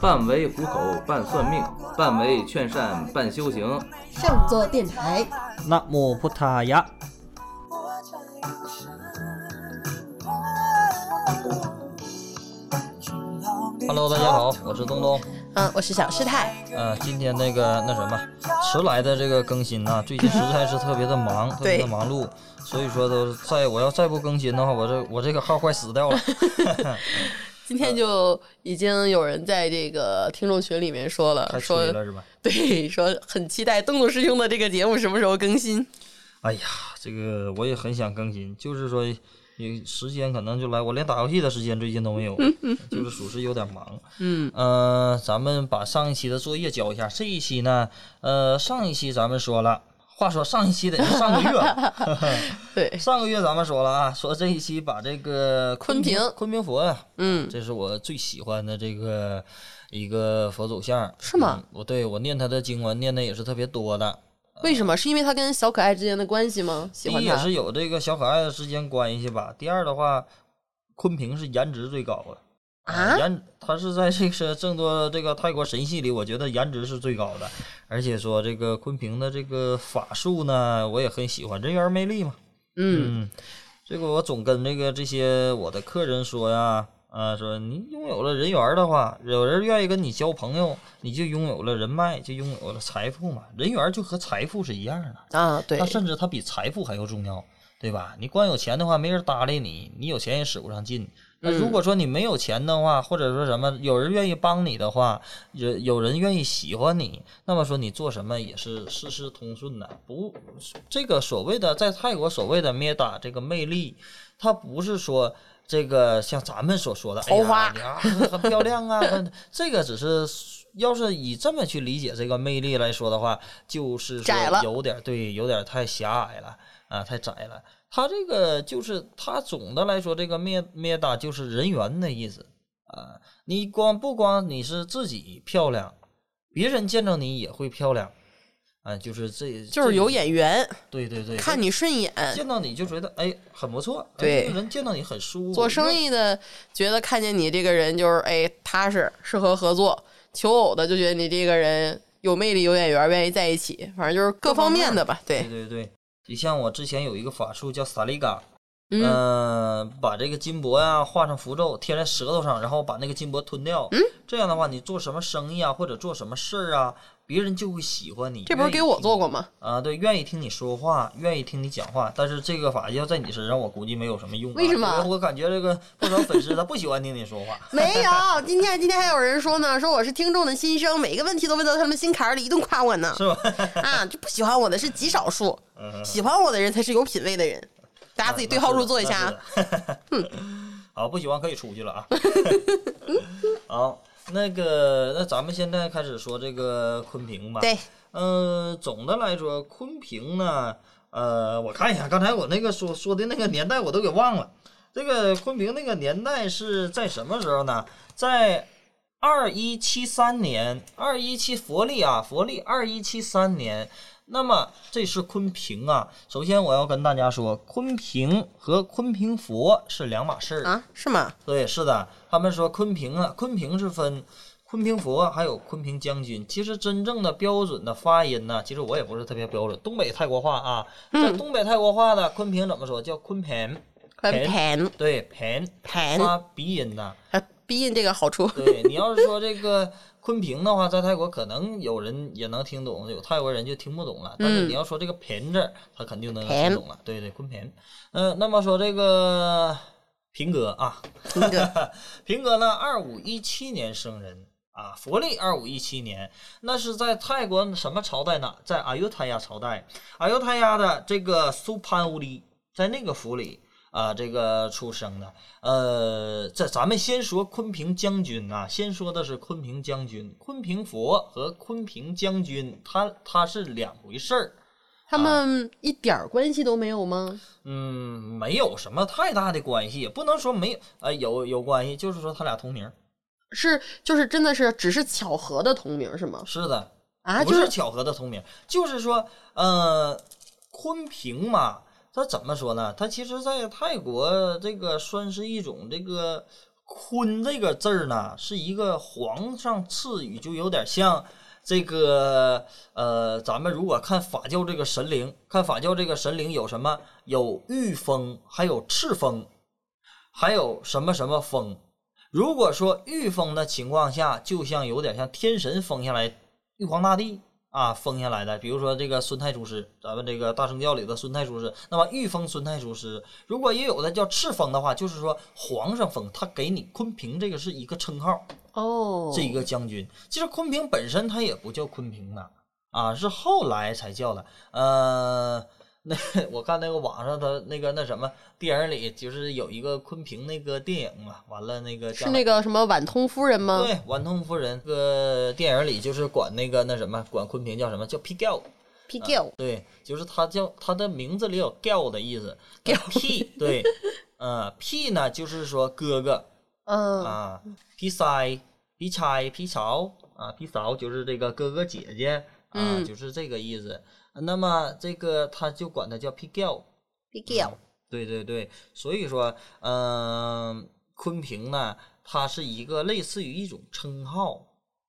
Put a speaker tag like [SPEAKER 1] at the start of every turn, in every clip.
[SPEAKER 1] 半为糊口，半算命，半为劝善，半修行。
[SPEAKER 2] 上座电台，
[SPEAKER 3] 那么葡萄牙，
[SPEAKER 4] Hello，大家好，我是东东。
[SPEAKER 2] 嗯，我是小师太，
[SPEAKER 4] 呃，今天那个那什么，迟来的这个更新呢、最近实在是特别的忙，特别的忙碌，所以说都再我要再不更新的话，我这我这个号快死掉了。
[SPEAKER 5] 今天就已经有人在这个听众群里面说了，
[SPEAKER 4] 太
[SPEAKER 5] 说
[SPEAKER 4] 催了是吧？
[SPEAKER 5] 对，说很期待东东师兄的这个节目什么时候更新。
[SPEAKER 4] 哎呀，这个我也很想更新，就是说有时间可能就来，我连打游戏的时间最近都没有，就是属实有点忙。
[SPEAKER 5] 嗯，
[SPEAKER 4] 呃，咱们把上一期的作业交一下，这一期呢，呃，上一期咱们说了。话说上一期得是上个月了，
[SPEAKER 5] 对，
[SPEAKER 4] 上个月咱们说了啊，说这一期把这个
[SPEAKER 5] 昆平
[SPEAKER 4] 昆平佛呀、
[SPEAKER 5] 嗯，
[SPEAKER 4] 这是我最喜欢的这个一个佛祖像，
[SPEAKER 5] 是吗
[SPEAKER 4] 嗯？我对我念他的经文念的也是特别多的，
[SPEAKER 5] 为什么？是因为他跟小可爱之间的关系吗？喜
[SPEAKER 4] 第
[SPEAKER 5] 欢
[SPEAKER 4] 一也
[SPEAKER 5] 他
[SPEAKER 4] 是有这个小可爱的之间关系吧，第二的话，昆平是颜值最高的。呃
[SPEAKER 5] 啊？
[SPEAKER 4] 颜他是在这个众多这个泰国神系里，我觉得颜值是最高的，而且说这个昆平的这个法术呢，我也很喜欢，人缘魅力嘛，
[SPEAKER 5] 嗯，
[SPEAKER 4] 嗯，这个我总跟这个这些我的客人说呀，啊，说你拥有了人缘儿的话，有人愿意跟你交朋友，你就拥有了人脉，就拥有了财富嘛。人缘儿就和财富是一样的，
[SPEAKER 5] 啊，对
[SPEAKER 4] 它，甚至它比财富还要重要，对吧？你光有钱的话，没人搭理你，你有钱也使不上劲。
[SPEAKER 5] 嗯
[SPEAKER 4] 那如果说你没有钱的话，或者说什么有人愿意帮你的话，有有人愿意喜欢你，那么说你做什么也是事事通顺的。不，这个所谓的在泰国所谓的咩达这个魅力，它不是说。这个像咱们所说的
[SPEAKER 5] 桃花
[SPEAKER 4] 哎呀你啊很漂亮啊， 很这个只是要是以这么去理解这个魅力来说的话，就是说
[SPEAKER 5] 窄了
[SPEAKER 4] 有点儿对，有点儿太狭隘了啊，太窄了。他这个就是他总的来说，这个灭灭达就是人缘的意思啊。你光不光你是自己漂亮，别人见着你也会漂亮啊，就是这
[SPEAKER 5] 就是有，眼缘，
[SPEAKER 4] 这对对对，
[SPEAKER 5] 看你顺眼。
[SPEAKER 4] 见到你就觉得哎很不错，哎
[SPEAKER 5] 对
[SPEAKER 4] 这个人见到你很舒服，
[SPEAKER 5] 做生意的觉得看见你这个人就是哎踏实，适合合作；求偶的就觉得你这个人有魅力、有眼缘，愿意在一起。反正就是各方面的吧。对，
[SPEAKER 4] 对对对，你像我之前有一个法术叫萨利嘎，嗯、
[SPEAKER 5] 嗯，
[SPEAKER 4] 把这个金箔呀、画上符咒，贴在舌头上，然后把那个金箔吞掉。
[SPEAKER 5] 嗯
[SPEAKER 4] 这样的话，你做什么生意啊，或者做什么事儿啊，别人就会喜欢你。
[SPEAKER 5] 这不是
[SPEAKER 4] 愿意
[SPEAKER 5] 给我
[SPEAKER 4] 听
[SPEAKER 5] 做过吗？
[SPEAKER 4] 啊、对，愿意听你说话，愿意听你讲话。但是这个法要在你身上，我估计没有什么用、啊。
[SPEAKER 5] 为什么
[SPEAKER 4] 因我感觉这个不少粉丝他不喜欢听你说话。
[SPEAKER 5] 没有，今天今天还有人说呢，说我是听众的心声，每个问题都问到他们心坎儿里，一顿夸我呢。
[SPEAKER 4] 是吧？
[SPEAKER 5] 啊，就不喜欢我的是极少数，
[SPEAKER 4] 嗯，
[SPEAKER 5] 喜欢我的人才是有品位的人。大家自己对号入座一下嗯 啊。
[SPEAKER 4] 那是的。那是的好，不喜欢可以出去 了啊。
[SPEAKER 5] 嗯
[SPEAKER 4] 好，那个，那咱们现在开始说这个昆平吧。
[SPEAKER 5] 对，
[SPEAKER 4] 嗯、总的来说，昆平呢，呃，我看一下，刚才我那个说说的那个年代我都给忘了。这个昆平那个年代是在什么时候呢？在二一七三年，二一七佛历啊，佛历二一七三年。那么这是昆平啊。首先我要跟大家说，昆平和昆平佛是两码事儿。
[SPEAKER 5] 啊，是吗？
[SPEAKER 4] 对，是的，他们说昆平啊，昆平是分昆平佛还有昆平将军。其实真正的标准的发音呢，其实我也不是特别标准。东北泰国话啊，在东北泰国话呢，昆平怎么说？叫昆平，
[SPEAKER 5] 盘盘
[SPEAKER 4] 对，平
[SPEAKER 5] 盘，
[SPEAKER 4] 发鼻音呐。
[SPEAKER 5] 啊鼻音这个好处。
[SPEAKER 4] 对你要是说这个 昆平的话，在泰国可能有人也能听懂，有泰国人就听不懂了。但是你要说这个嗯平字儿，他肯定能听懂了。对对，昆平。嗯、那么说这个平哥啊，
[SPEAKER 5] 听着，
[SPEAKER 4] 平哥呢，二五一七年生人啊，佛历二五一七年，那是在泰国什么朝代呢？在阿尤泰亚朝代，阿尤泰亚的这个苏潘乌里，在那个府里啊，这个出生的。呃，这咱们先说昆平将军啊，先说的是昆平将军，昆平佛和昆平将军，他他是两回事儿。
[SPEAKER 5] 他们一点儿关系都没有吗？
[SPEAKER 4] 嗯，没有什么太大的关系，也不能说没有，呃，有有关系，就是说他俩同名。
[SPEAKER 5] 是，就是真的是只是巧合的同名是吗？
[SPEAKER 4] 是的，
[SPEAKER 5] 啊，
[SPEAKER 4] 不
[SPEAKER 5] 就是
[SPEAKER 4] 是巧合的同名，就是说，呃，昆平嘛，它怎么说呢？它其实在泰国这个算是一种这个鲲这个字儿呢，是一个皇上赐予，就有点像这个呃，咱们如果看法教这个神灵，看法教这个神灵有什么？有御风，还有赤风，还有什么什么风。如果说御风的情况下，就像有点像天神封下来，玉皇大帝啊封下来的，比如说这个孙太祖师，咱们这个大圣教里的孙太祖师，那么御封孙太祖师，如果也有的叫敕封的话，就是说皇上封，他给你昆平这个是一个称号，
[SPEAKER 5] 哦
[SPEAKER 4] 是一个将军。其实昆平本身他也不叫昆平呢，啊，是后来才叫的。呃，那 我看那个网上他那个那什么电影里，就是有一个昆平那个电影嘛，完了那个
[SPEAKER 5] 是那个什么婉通夫人吗？
[SPEAKER 4] 对《顽童夫人》这个电影里就是管那个那什么，管昆平叫什么叫 p i g o
[SPEAKER 5] p i g l
[SPEAKER 4] 对，就是他叫他的名字里有 g o 的意 思
[SPEAKER 5] Giao
[SPEAKER 4] ，p 对，呃 p 呢就是说哥哥
[SPEAKER 5] 嗯，
[SPEAKER 4] 啊，p 塞、p 差、p 潮啊，p 嫂就是这个哥哥姐姐啊，
[SPEAKER 5] 嗯
[SPEAKER 4] 就是这个意思。那么这个他就管他叫 p i g o
[SPEAKER 5] p i g l
[SPEAKER 4] 对对对，所以说，嗯、昆平呢，它是一个类似于一种称号，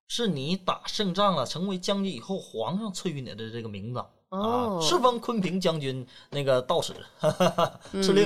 [SPEAKER 4] 是你打胜仗了，成为将军以后，皇上赐予你的这个名字、
[SPEAKER 5] 哦
[SPEAKER 4] 啊，敕封昆平将军那个道士， 哈哈哈，敕令，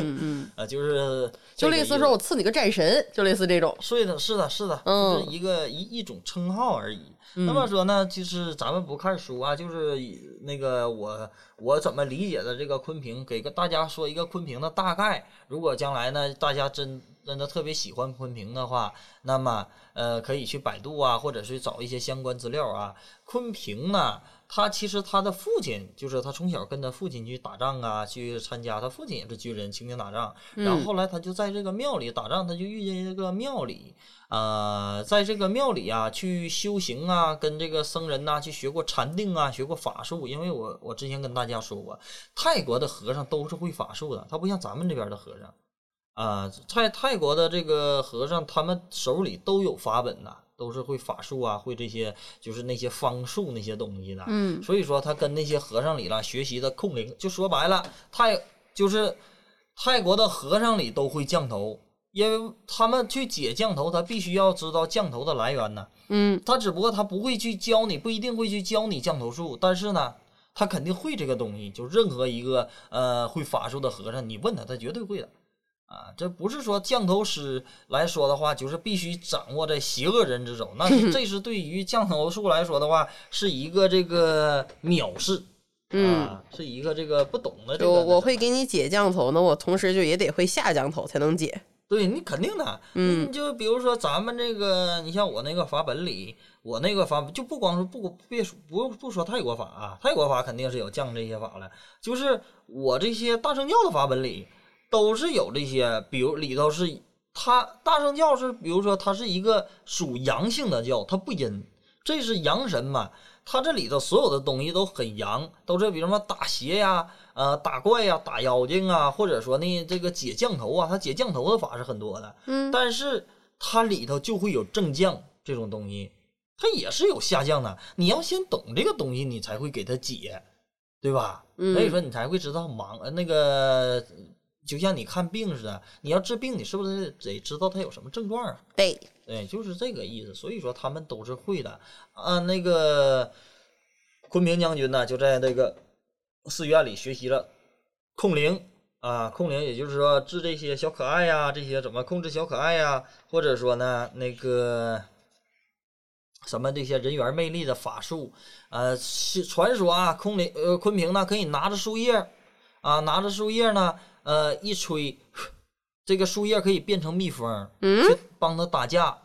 [SPEAKER 5] 嗯嗯，
[SPEAKER 4] 啊，就是
[SPEAKER 5] 就类似说我赐你个战神，就类似这种。
[SPEAKER 4] 是的，是的，是的，
[SPEAKER 5] 嗯
[SPEAKER 4] 就是一个一一种称号而已。那么说呢，就是咱们不看书啊，就是以那个我我怎么理解的这个昆平，给个大家说一个昆平的大概。如果将来呢，大家真真的特别喜欢昆平的话，那么呃，可以去百度啊，或者是找一些相关资料啊。昆平呢，他其实他的父亲就是他从小跟他父亲去打仗啊，去参加，他父亲也是军人，青年打仗。然后后来他就在这个庙里打仗，他就遇见这个庙里，呃，在这个庙里啊去修行啊，跟这个僧人呐、去学过禅定啊，学过法术。因为我我之前跟大家说过，泰国的和尚都是会法术的，他不像咱们这边的和尚。啊、在泰国的这个和尚，他们手里都有法本呐、都是会法术啊，会这些就是那些方术那些东西的。
[SPEAKER 5] 嗯，
[SPEAKER 4] 所以说他跟那些和尚里了学习的控灵，就说白了，泰就是泰国的和尚里都会降头，因为他们去解降头，他必须要知道降头的来源呢。
[SPEAKER 5] 嗯，
[SPEAKER 4] 他只不过他不会去教你，不一定会去教你降头术，但是呢。他肯定会这个东西，就任何一个呃会法术的和尚，你问他，他绝对会的。啊，这不是说降头师来说的话，就是必须掌握在邪恶人之手。那 这是对于降头术来说的话，是一个这个藐视，
[SPEAKER 5] 嗯，
[SPEAKER 4] 啊，是一个这个不懂的这
[SPEAKER 5] 就
[SPEAKER 4] 个。
[SPEAKER 5] 我会给你解降头，那我同时就也得会下降头才能解。
[SPEAKER 4] 对你肯定的，
[SPEAKER 5] 嗯
[SPEAKER 4] 你就比如说咱们这个，你像我那个法本里，我那个法就不光说不别说不用不说泰国法啊，泰国法肯定是有降这些法了，就是我这些大圣教的法本里都是有这些，比如里头是它大圣教是，比如说它是一个属阳性的教，它不阴，这是阳神嘛，它这里头所有的东西都很阳，都是比如说打邪呀、呃打怪呀、打妖精啊，或者说呢这个解降头啊，它解降头的法是很多的，
[SPEAKER 5] 嗯
[SPEAKER 4] 但是它里头就会有正降这种东西，它也是有下降的，你要先懂这个东西，你才会给它解，对吧？
[SPEAKER 5] 嗯
[SPEAKER 4] 所以说你才会知道盲呃那个。就像你看病似的，你要治病，你是不是得知道它有什么症状啊？
[SPEAKER 5] 对，
[SPEAKER 4] 对，就是这个意思。所以说他们都是会的。啊，那个昆明将军呢，就在这个寺院里学习了控灵啊，控灵也就是说治这些小可爱呀、这些怎么控制小可爱呀、或者说呢那个什么这些人缘魅力的法术。呃，是传说啊，空灵呃昆平呢可以拿着树叶儿啊，拿着树叶儿呢，呃一吹，这个树叶可以变成蜜蜂儿，
[SPEAKER 5] 嗯
[SPEAKER 4] 去帮他打架。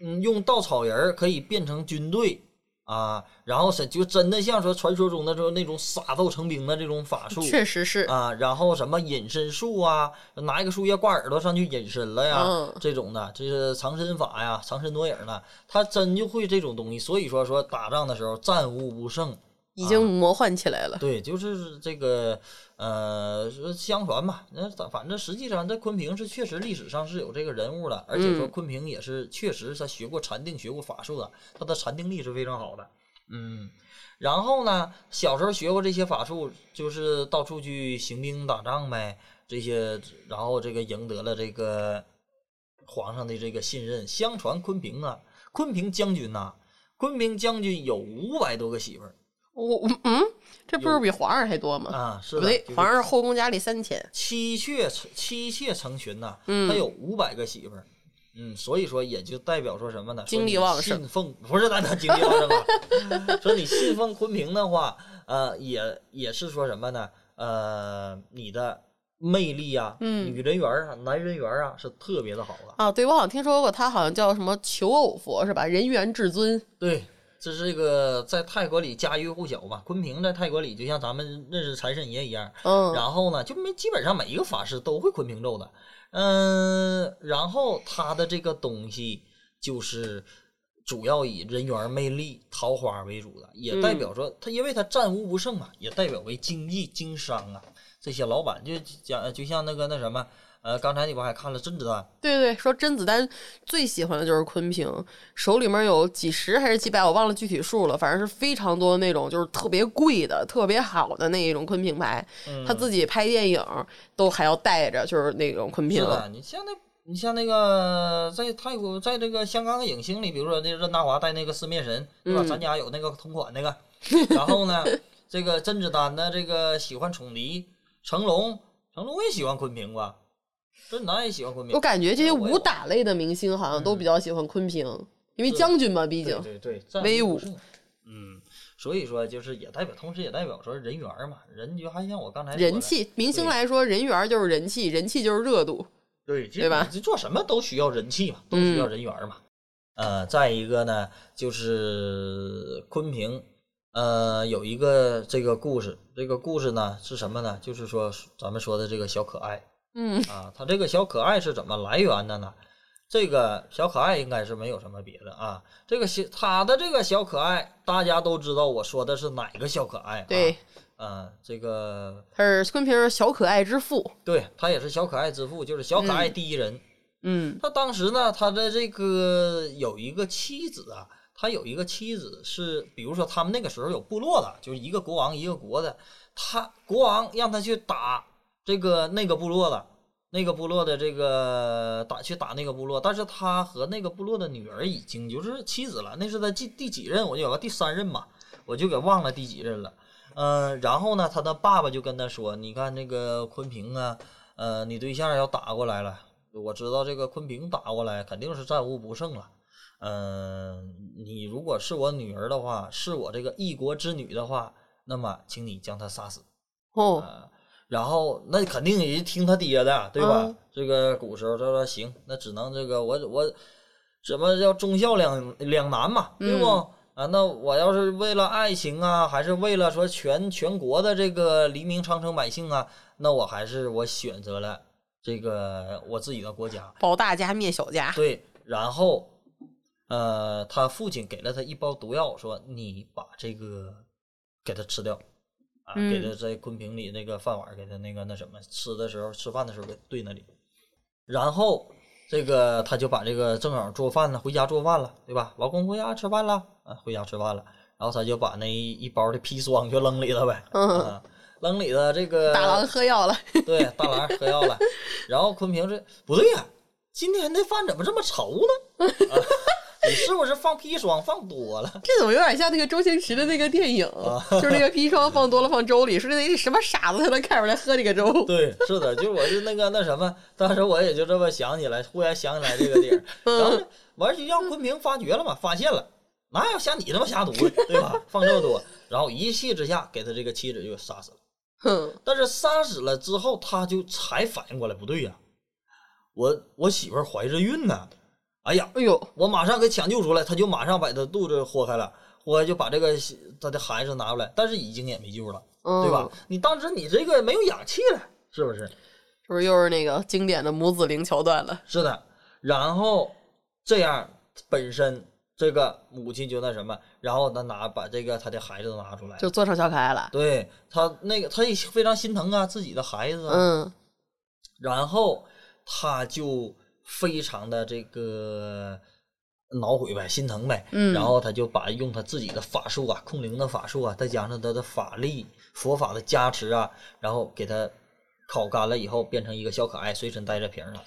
[SPEAKER 4] 嗯，用稻草人儿可以变成军队啊，然后是就真的像说传说中的说那种撒豆成兵的这种法术，
[SPEAKER 5] 确实是。
[SPEAKER 4] 啊，然后什么隐身术啊，拿一个树叶挂耳朵上去隐身了呀，
[SPEAKER 5] 嗯
[SPEAKER 4] 这种的，这是藏身法呀，藏身躲影呢，他真就会这种东西，所以说说打仗的时候战无不胜，
[SPEAKER 5] 已经魔幻起来 了。
[SPEAKER 4] 对，就是这个呃，说相传吧，那咋反正实际上这昆平是确实历史上是有这个人物的，而且说
[SPEAKER 5] 嗯
[SPEAKER 4] 昆平也是确实他学过禅定、学过法术的，他的禅定力是非常好的。嗯，然后呢，小时候学过这些法术，就是到处去行兵打仗呗，这些，然后这个赢得了这个皇上的这个信任。相传昆平啊，昆平将军呐、昆平将军有五百多个媳妇儿
[SPEAKER 5] 我我嗯，这不是比皇上还多吗？
[SPEAKER 4] 啊，是
[SPEAKER 5] 不
[SPEAKER 4] 的，
[SPEAKER 5] 对
[SPEAKER 4] 就，是
[SPEAKER 5] 皇上后宫佳丽三千，
[SPEAKER 4] 妻妾成妻妾成群呐、
[SPEAKER 5] 嗯
[SPEAKER 4] 他有五百个媳妇儿，嗯，所以说也就代表说什么呢？
[SPEAKER 5] 精力
[SPEAKER 4] 说你
[SPEAKER 5] 旺盛
[SPEAKER 4] 信奉不是咱的精力旺盛 啊，说你信奉昆平的话，呃，也也是说什么呢？呃，你的魅力啊，
[SPEAKER 5] 嗯
[SPEAKER 4] 女人缘啊，男人缘啊，是特别的好啊。
[SPEAKER 5] 啊，对我好像听说过，他好像叫什么求偶佛是吧？人缘至尊，
[SPEAKER 4] 对，这是一个在泰国里家喻户晓吧？昆平在泰国里就像咱们认识财神爷一样，
[SPEAKER 5] 嗯
[SPEAKER 4] 然后呢，就没基本上每一个法师都会昆平咒的，嗯，然后他的这个东西就是主要以人缘、魅力、桃花为主的，也
[SPEAKER 5] 嗯
[SPEAKER 4] 代表说他，因为他战无不胜嘛，也代表为经济、经商啊这些老板，就讲就像那个那什么，呃，刚才你不还看了甄子丹，
[SPEAKER 5] 对对，说甄子丹最喜欢的就是昆平，手里面有几十还是几百，我忘了具体数了，反正是非常多那种就是特别贵的、特别好的那一种昆平牌，
[SPEAKER 4] 嗯
[SPEAKER 5] 他自己拍电影都还要带着，就是那种昆
[SPEAKER 4] 是
[SPEAKER 5] 平。
[SPEAKER 4] 的，你像那，你像那个在泰国，在这个香港的影星里，比如说那任达华带那个四面神，对吧？
[SPEAKER 5] 嗯
[SPEAKER 4] 咱家有那个同款那个， 然后呢，这个甄子丹呢，这个喜欢宠溺，成龙，成龙也喜欢昆平吧？甄子丹也喜欢昆
[SPEAKER 5] 我
[SPEAKER 4] 平。
[SPEAKER 5] 感觉这些武打类的明星好像都比较喜欢昆平，因为将军嘛，毕
[SPEAKER 4] 嗯对
[SPEAKER 5] 竟
[SPEAKER 4] 对对，战
[SPEAKER 5] 威
[SPEAKER 4] 无
[SPEAKER 5] 武
[SPEAKER 4] 不胜。嗯，所以说就是也代表，同时也代表说人缘儿嘛，人就还像我刚才说的
[SPEAKER 5] 人，气，明星来说人缘就是人气，人气就是热度。
[SPEAKER 4] 对，其实
[SPEAKER 5] 对吧嗯
[SPEAKER 4] 你做什么都需要人气嘛，都需要人缘嘛。呃，再一个呢，就是昆平，呃，有一个这个故事，这个故事呢是什么呢？就是说咱们说的这个小可爱
[SPEAKER 5] 嗯
[SPEAKER 4] 啊，他这个小可爱是怎么来源的呢？这个小可爱应该是没有什么别的啊，这个小他的这个小可爱，大家都知道我说的是哪个小可爱、啊？
[SPEAKER 5] 对，
[SPEAKER 4] 呃，这个
[SPEAKER 5] 他是昆平是小可爱之父。
[SPEAKER 4] 对他也是小可爱之父，就是小可爱第一人。
[SPEAKER 5] 嗯
[SPEAKER 4] 他当时呢，他的这个有一个妻子啊，他有一个妻子是，比如说他们那个时候有部落的，就是一个国王一个国的，他国王让他去打这个那个部落的，那个部落的这个打去打那个部落，但是他和那个部落的女儿已经就是妻子了，那是他第第几任？我就有个第三任嘛，我就给忘了第几任了。嗯、然后呢，他的爸爸就跟他说：“你看那个昆平啊，呃，你对象要打过来了，我知道这个昆平打过来肯定是战无不胜了。嗯、你如果是我女儿的话，是我这个一国之女的话，那么请你将她杀死。
[SPEAKER 5] 哦，
[SPEAKER 4] 然后那肯定也是听他爹的，对吧？
[SPEAKER 5] 嗯
[SPEAKER 4] 这个古时候他说行，那只能这个我我怎么叫忠孝两两难嘛，对不？啊，那我要是为了爱情啊，还是为了说全全国的这个黎民长城百姓啊，那我还是我选择了这个我自己的国家。
[SPEAKER 5] 保大家灭小家。
[SPEAKER 4] 对，然后呃，他父亲给了他一包毒药，说你把这个给他吃掉。啊，
[SPEAKER 5] 嗯
[SPEAKER 4] 给他在昆平里那个饭碗儿给他那个那什么吃的时候，吃饭的时候给兑那里，然后这个他就把这个正好做饭了，回家做饭了，对吧？老公回家吃饭了，啊，回家吃饭了，然后他就把那一一包的砒霜就扔里头呗，
[SPEAKER 5] 嗯
[SPEAKER 4] 啊，扔里头这个
[SPEAKER 5] 大郎喝药了，
[SPEAKER 4] 对，大郎喝药了。然后昆平这不对呀、今天这饭怎么这么稠呢？啊、你是不是放砒霜放多了？
[SPEAKER 5] 这怎么有点像那个周星驰的那个电影，
[SPEAKER 4] 啊
[SPEAKER 5] 就是那个砒霜放多了放粥里，说那什么傻子才能看出来喝这个粥？
[SPEAKER 4] 对，是的，就我是那个那什么，当时我也就这么想起来，忽然想起来这个 地儿，然后呢完就让昆平发觉了嘛，发现了。哪有像你这么下毒的，对吧？放这么多，然后一气之下给他这个妻子就杀死了。
[SPEAKER 5] 哼，
[SPEAKER 4] 但是杀死了之后，他就才反应过来，不对呀、我我媳妇儿怀着孕呢。哎呀，
[SPEAKER 5] 哎呦，
[SPEAKER 4] 我马上给抢救出来，他就马上把他肚子豁开了，豁开就把这个他的孩子拿过来，但是已经也没救了，
[SPEAKER 5] 嗯、
[SPEAKER 4] 对吧？？你当时你这个没有氧气了，是不是？
[SPEAKER 5] 是不是又是那个经典的母子零桥段了？
[SPEAKER 4] 是的。然后这样本身这个母亲就那什么，然后他拿把这个他的孩子拿出来了，
[SPEAKER 5] 就做成小可爱了。
[SPEAKER 4] 对他那个他也非常心疼啊自己的孩子啊，
[SPEAKER 5] 嗯，
[SPEAKER 4] 然后他就非常的这个恼悔呗，心疼呗，
[SPEAKER 5] 嗯
[SPEAKER 4] 然后他就把用他自己的法术啊，控灵的法术啊，再加上他的法力、佛法的加持啊，然后给他烤干了以后，变成一个小可爱，随身带着瓶儿了。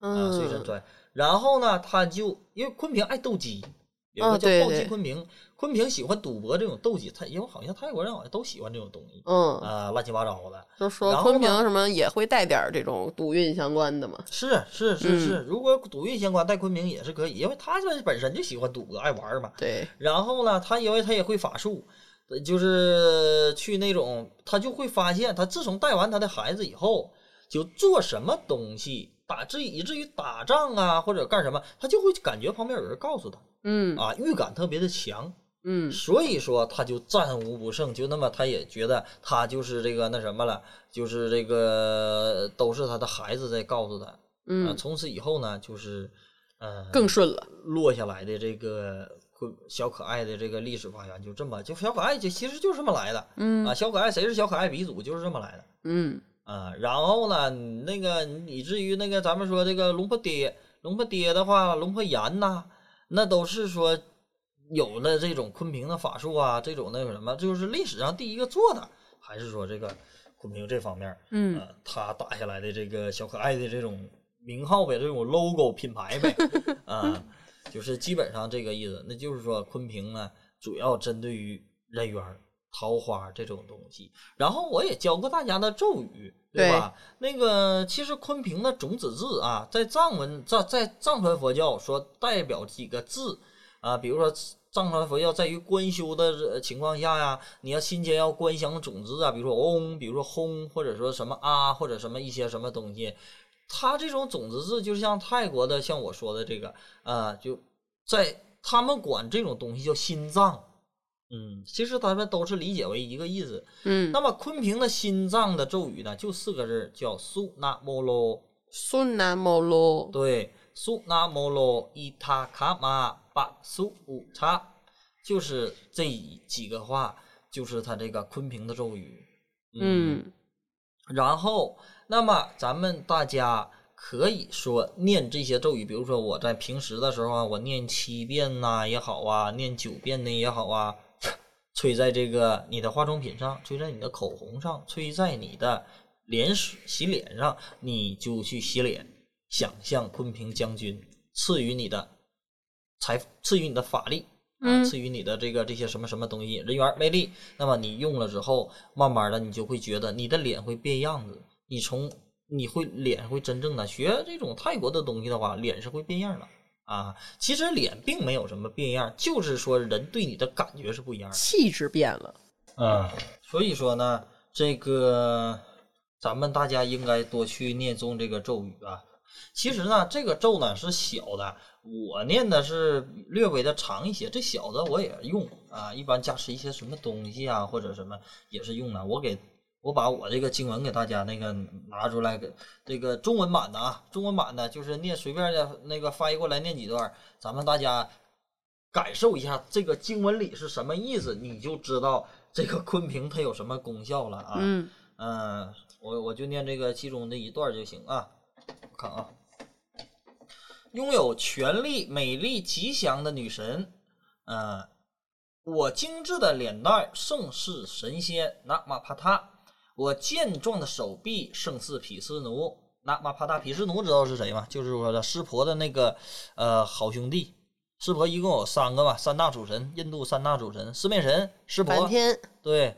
[SPEAKER 4] 啊，水
[SPEAKER 5] 嗯
[SPEAKER 4] 神，传。然后呢，他就因为昆平爱斗鸡，有一
[SPEAKER 5] 啊
[SPEAKER 4] 个叫
[SPEAKER 5] 对
[SPEAKER 4] 暴击
[SPEAKER 5] 对
[SPEAKER 4] 昆平，昆平喜欢赌博这种斗鸡，他因为好像泰国人好像都喜欢这种东西，
[SPEAKER 5] 嗯，
[SPEAKER 4] 啊，乱七八糟的。
[SPEAKER 5] 就说
[SPEAKER 4] 然后
[SPEAKER 5] 昆
[SPEAKER 4] 呢
[SPEAKER 5] 平什么也会带点儿这种赌运相关的嘛，
[SPEAKER 4] 是是是
[SPEAKER 5] 嗯
[SPEAKER 4] 是，如果赌运相关，带昆明也是可以，因为他这本身就喜欢赌博，爱玩儿嘛。
[SPEAKER 5] 对，
[SPEAKER 4] 然后呢，他因为他也会法术，呃就是去那种，他就会发现，他自从带完他的孩子以后，就做什么东西打至以至于打仗啊或者干什么，他就会感觉旁边有人告诉他
[SPEAKER 5] 嗯
[SPEAKER 4] 啊，预感特别的强，
[SPEAKER 5] 嗯
[SPEAKER 4] 所以说他就战无不胜，就那么他也觉得他就是这个那什么了，就是这个都是他的孩子在告诉他。啊，
[SPEAKER 5] 嗯，
[SPEAKER 4] 从此以后呢，就是呃，
[SPEAKER 5] 更顺了，
[SPEAKER 4] 落下来的这个昆小可爱的这个历史发源，就这么就小可爱就其实就是这么来的
[SPEAKER 5] 嗯
[SPEAKER 4] 啊。小可爱谁是小可爱鼻祖，就是这么来的
[SPEAKER 5] 嗯
[SPEAKER 4] 啊。然后呢，那个以至于那个咱们说这个龙婆爹，龙婆爹的话，龙婆岩呐、那都是说有了这种昆平的法术啊，这种那个什么，就是历史上第一个做的，还是说这个昆平这方面儿。
[SPEAKER 5] 嗯
[SPEAKER 4] 呃，他打下来的这个小可爱的这种名号呗，这种 logo 品牌呗，啊、就是基本上这个意思。那就是说，昆平呢，主要针对于人缘儿、桃花这种东西。然后我也教过大家的咒语，对吧？那个其实昆平的种子字啊，在藏文在在藏传佛教说代表几个字啊，比如说。藏传佛教在于观修的呃情况下呀，你要心间要观想种子啊，比如说嗡，比如说轰，或者说什么啊，或者什么一些什么东西，它这种种子字就像泰国的，像我说的这个，啊，就在他们管这种东西叫心脏，嗯，其实他们都是理解为一个意思。
[SPEAKER 5] 嗯
[SPEAKER 4] 那，么昆平的心脏的咒语呢，就四个字儿叫苏那摩罗，
[SPEAKER 5] 顺南某喽，
[SPEAKER 4] 对，苏那摩罗伊塔卡玛巴苏五叉，就是这几个话，就是他这个昆平的咒语。
[SPEAKER 5] 嗯
[SPEAKER 4] 然后，那么咱们大家可以说念这些咒语，比如说我在平时的时候啊，我念七遍呐、也好啊，念九遍的也好啊，吹在这个你的化妆品上，吹在你的口红上，吹在你的脸水洗脸上，你就去洗脸，想象昆平将军赐予你的财，赐予你的法力。啊，
[SPEAKER 5] 嗯
[SPEAKER 4] 赐予你的这个这些什么什么东西，人缘儿魅力，那么你用了之后，慢慢的你就会觉得你的脸会变样子，你从你会脸会真正的学这种泰国的东西的话，脸是会变样的啊。其实脸并没有什么变样，就是说人对你的感觉是不一样的。
[SPEAKER 5] 气质变了，
[SPEAKER 4] 嗯，所以说呢，这个咱们大家应该多去念诵这个咒语啊。其实呢，这个咒呢是小的，我念的是略微的长一些。这小的我也用啊，一般加持一些什么东西啊，或者什么也是用的。我给我把我这个经文给大家那个拿出来，给这个中文版的啊，中文版的就是念随便的那个翻译过来念几段，咱们大家感受一下这个经文里是什么意思，你就知道这个昆平它有什么功效了啊。
[SPEAKER 5] 嗯
[SPEAKER 4] 嗯，我我就念这个其中的一段儿就行啊。我看啊，拥有权力、美丽、吉祥的女神，嗯、我精致的脸蛋儿胜似神仙那玛帕塔，我健壮的手臂胜似毗湿奴那玛帕塔。毗湿奴知道是谁吗？就是我的湿婆的那个呃好兄弟。湿婆一共有三个吧，三大主神，印度三大主神，四面神、湿婆、
[SPEAKER 5] 梵天，
[SPEAKER 4] 对，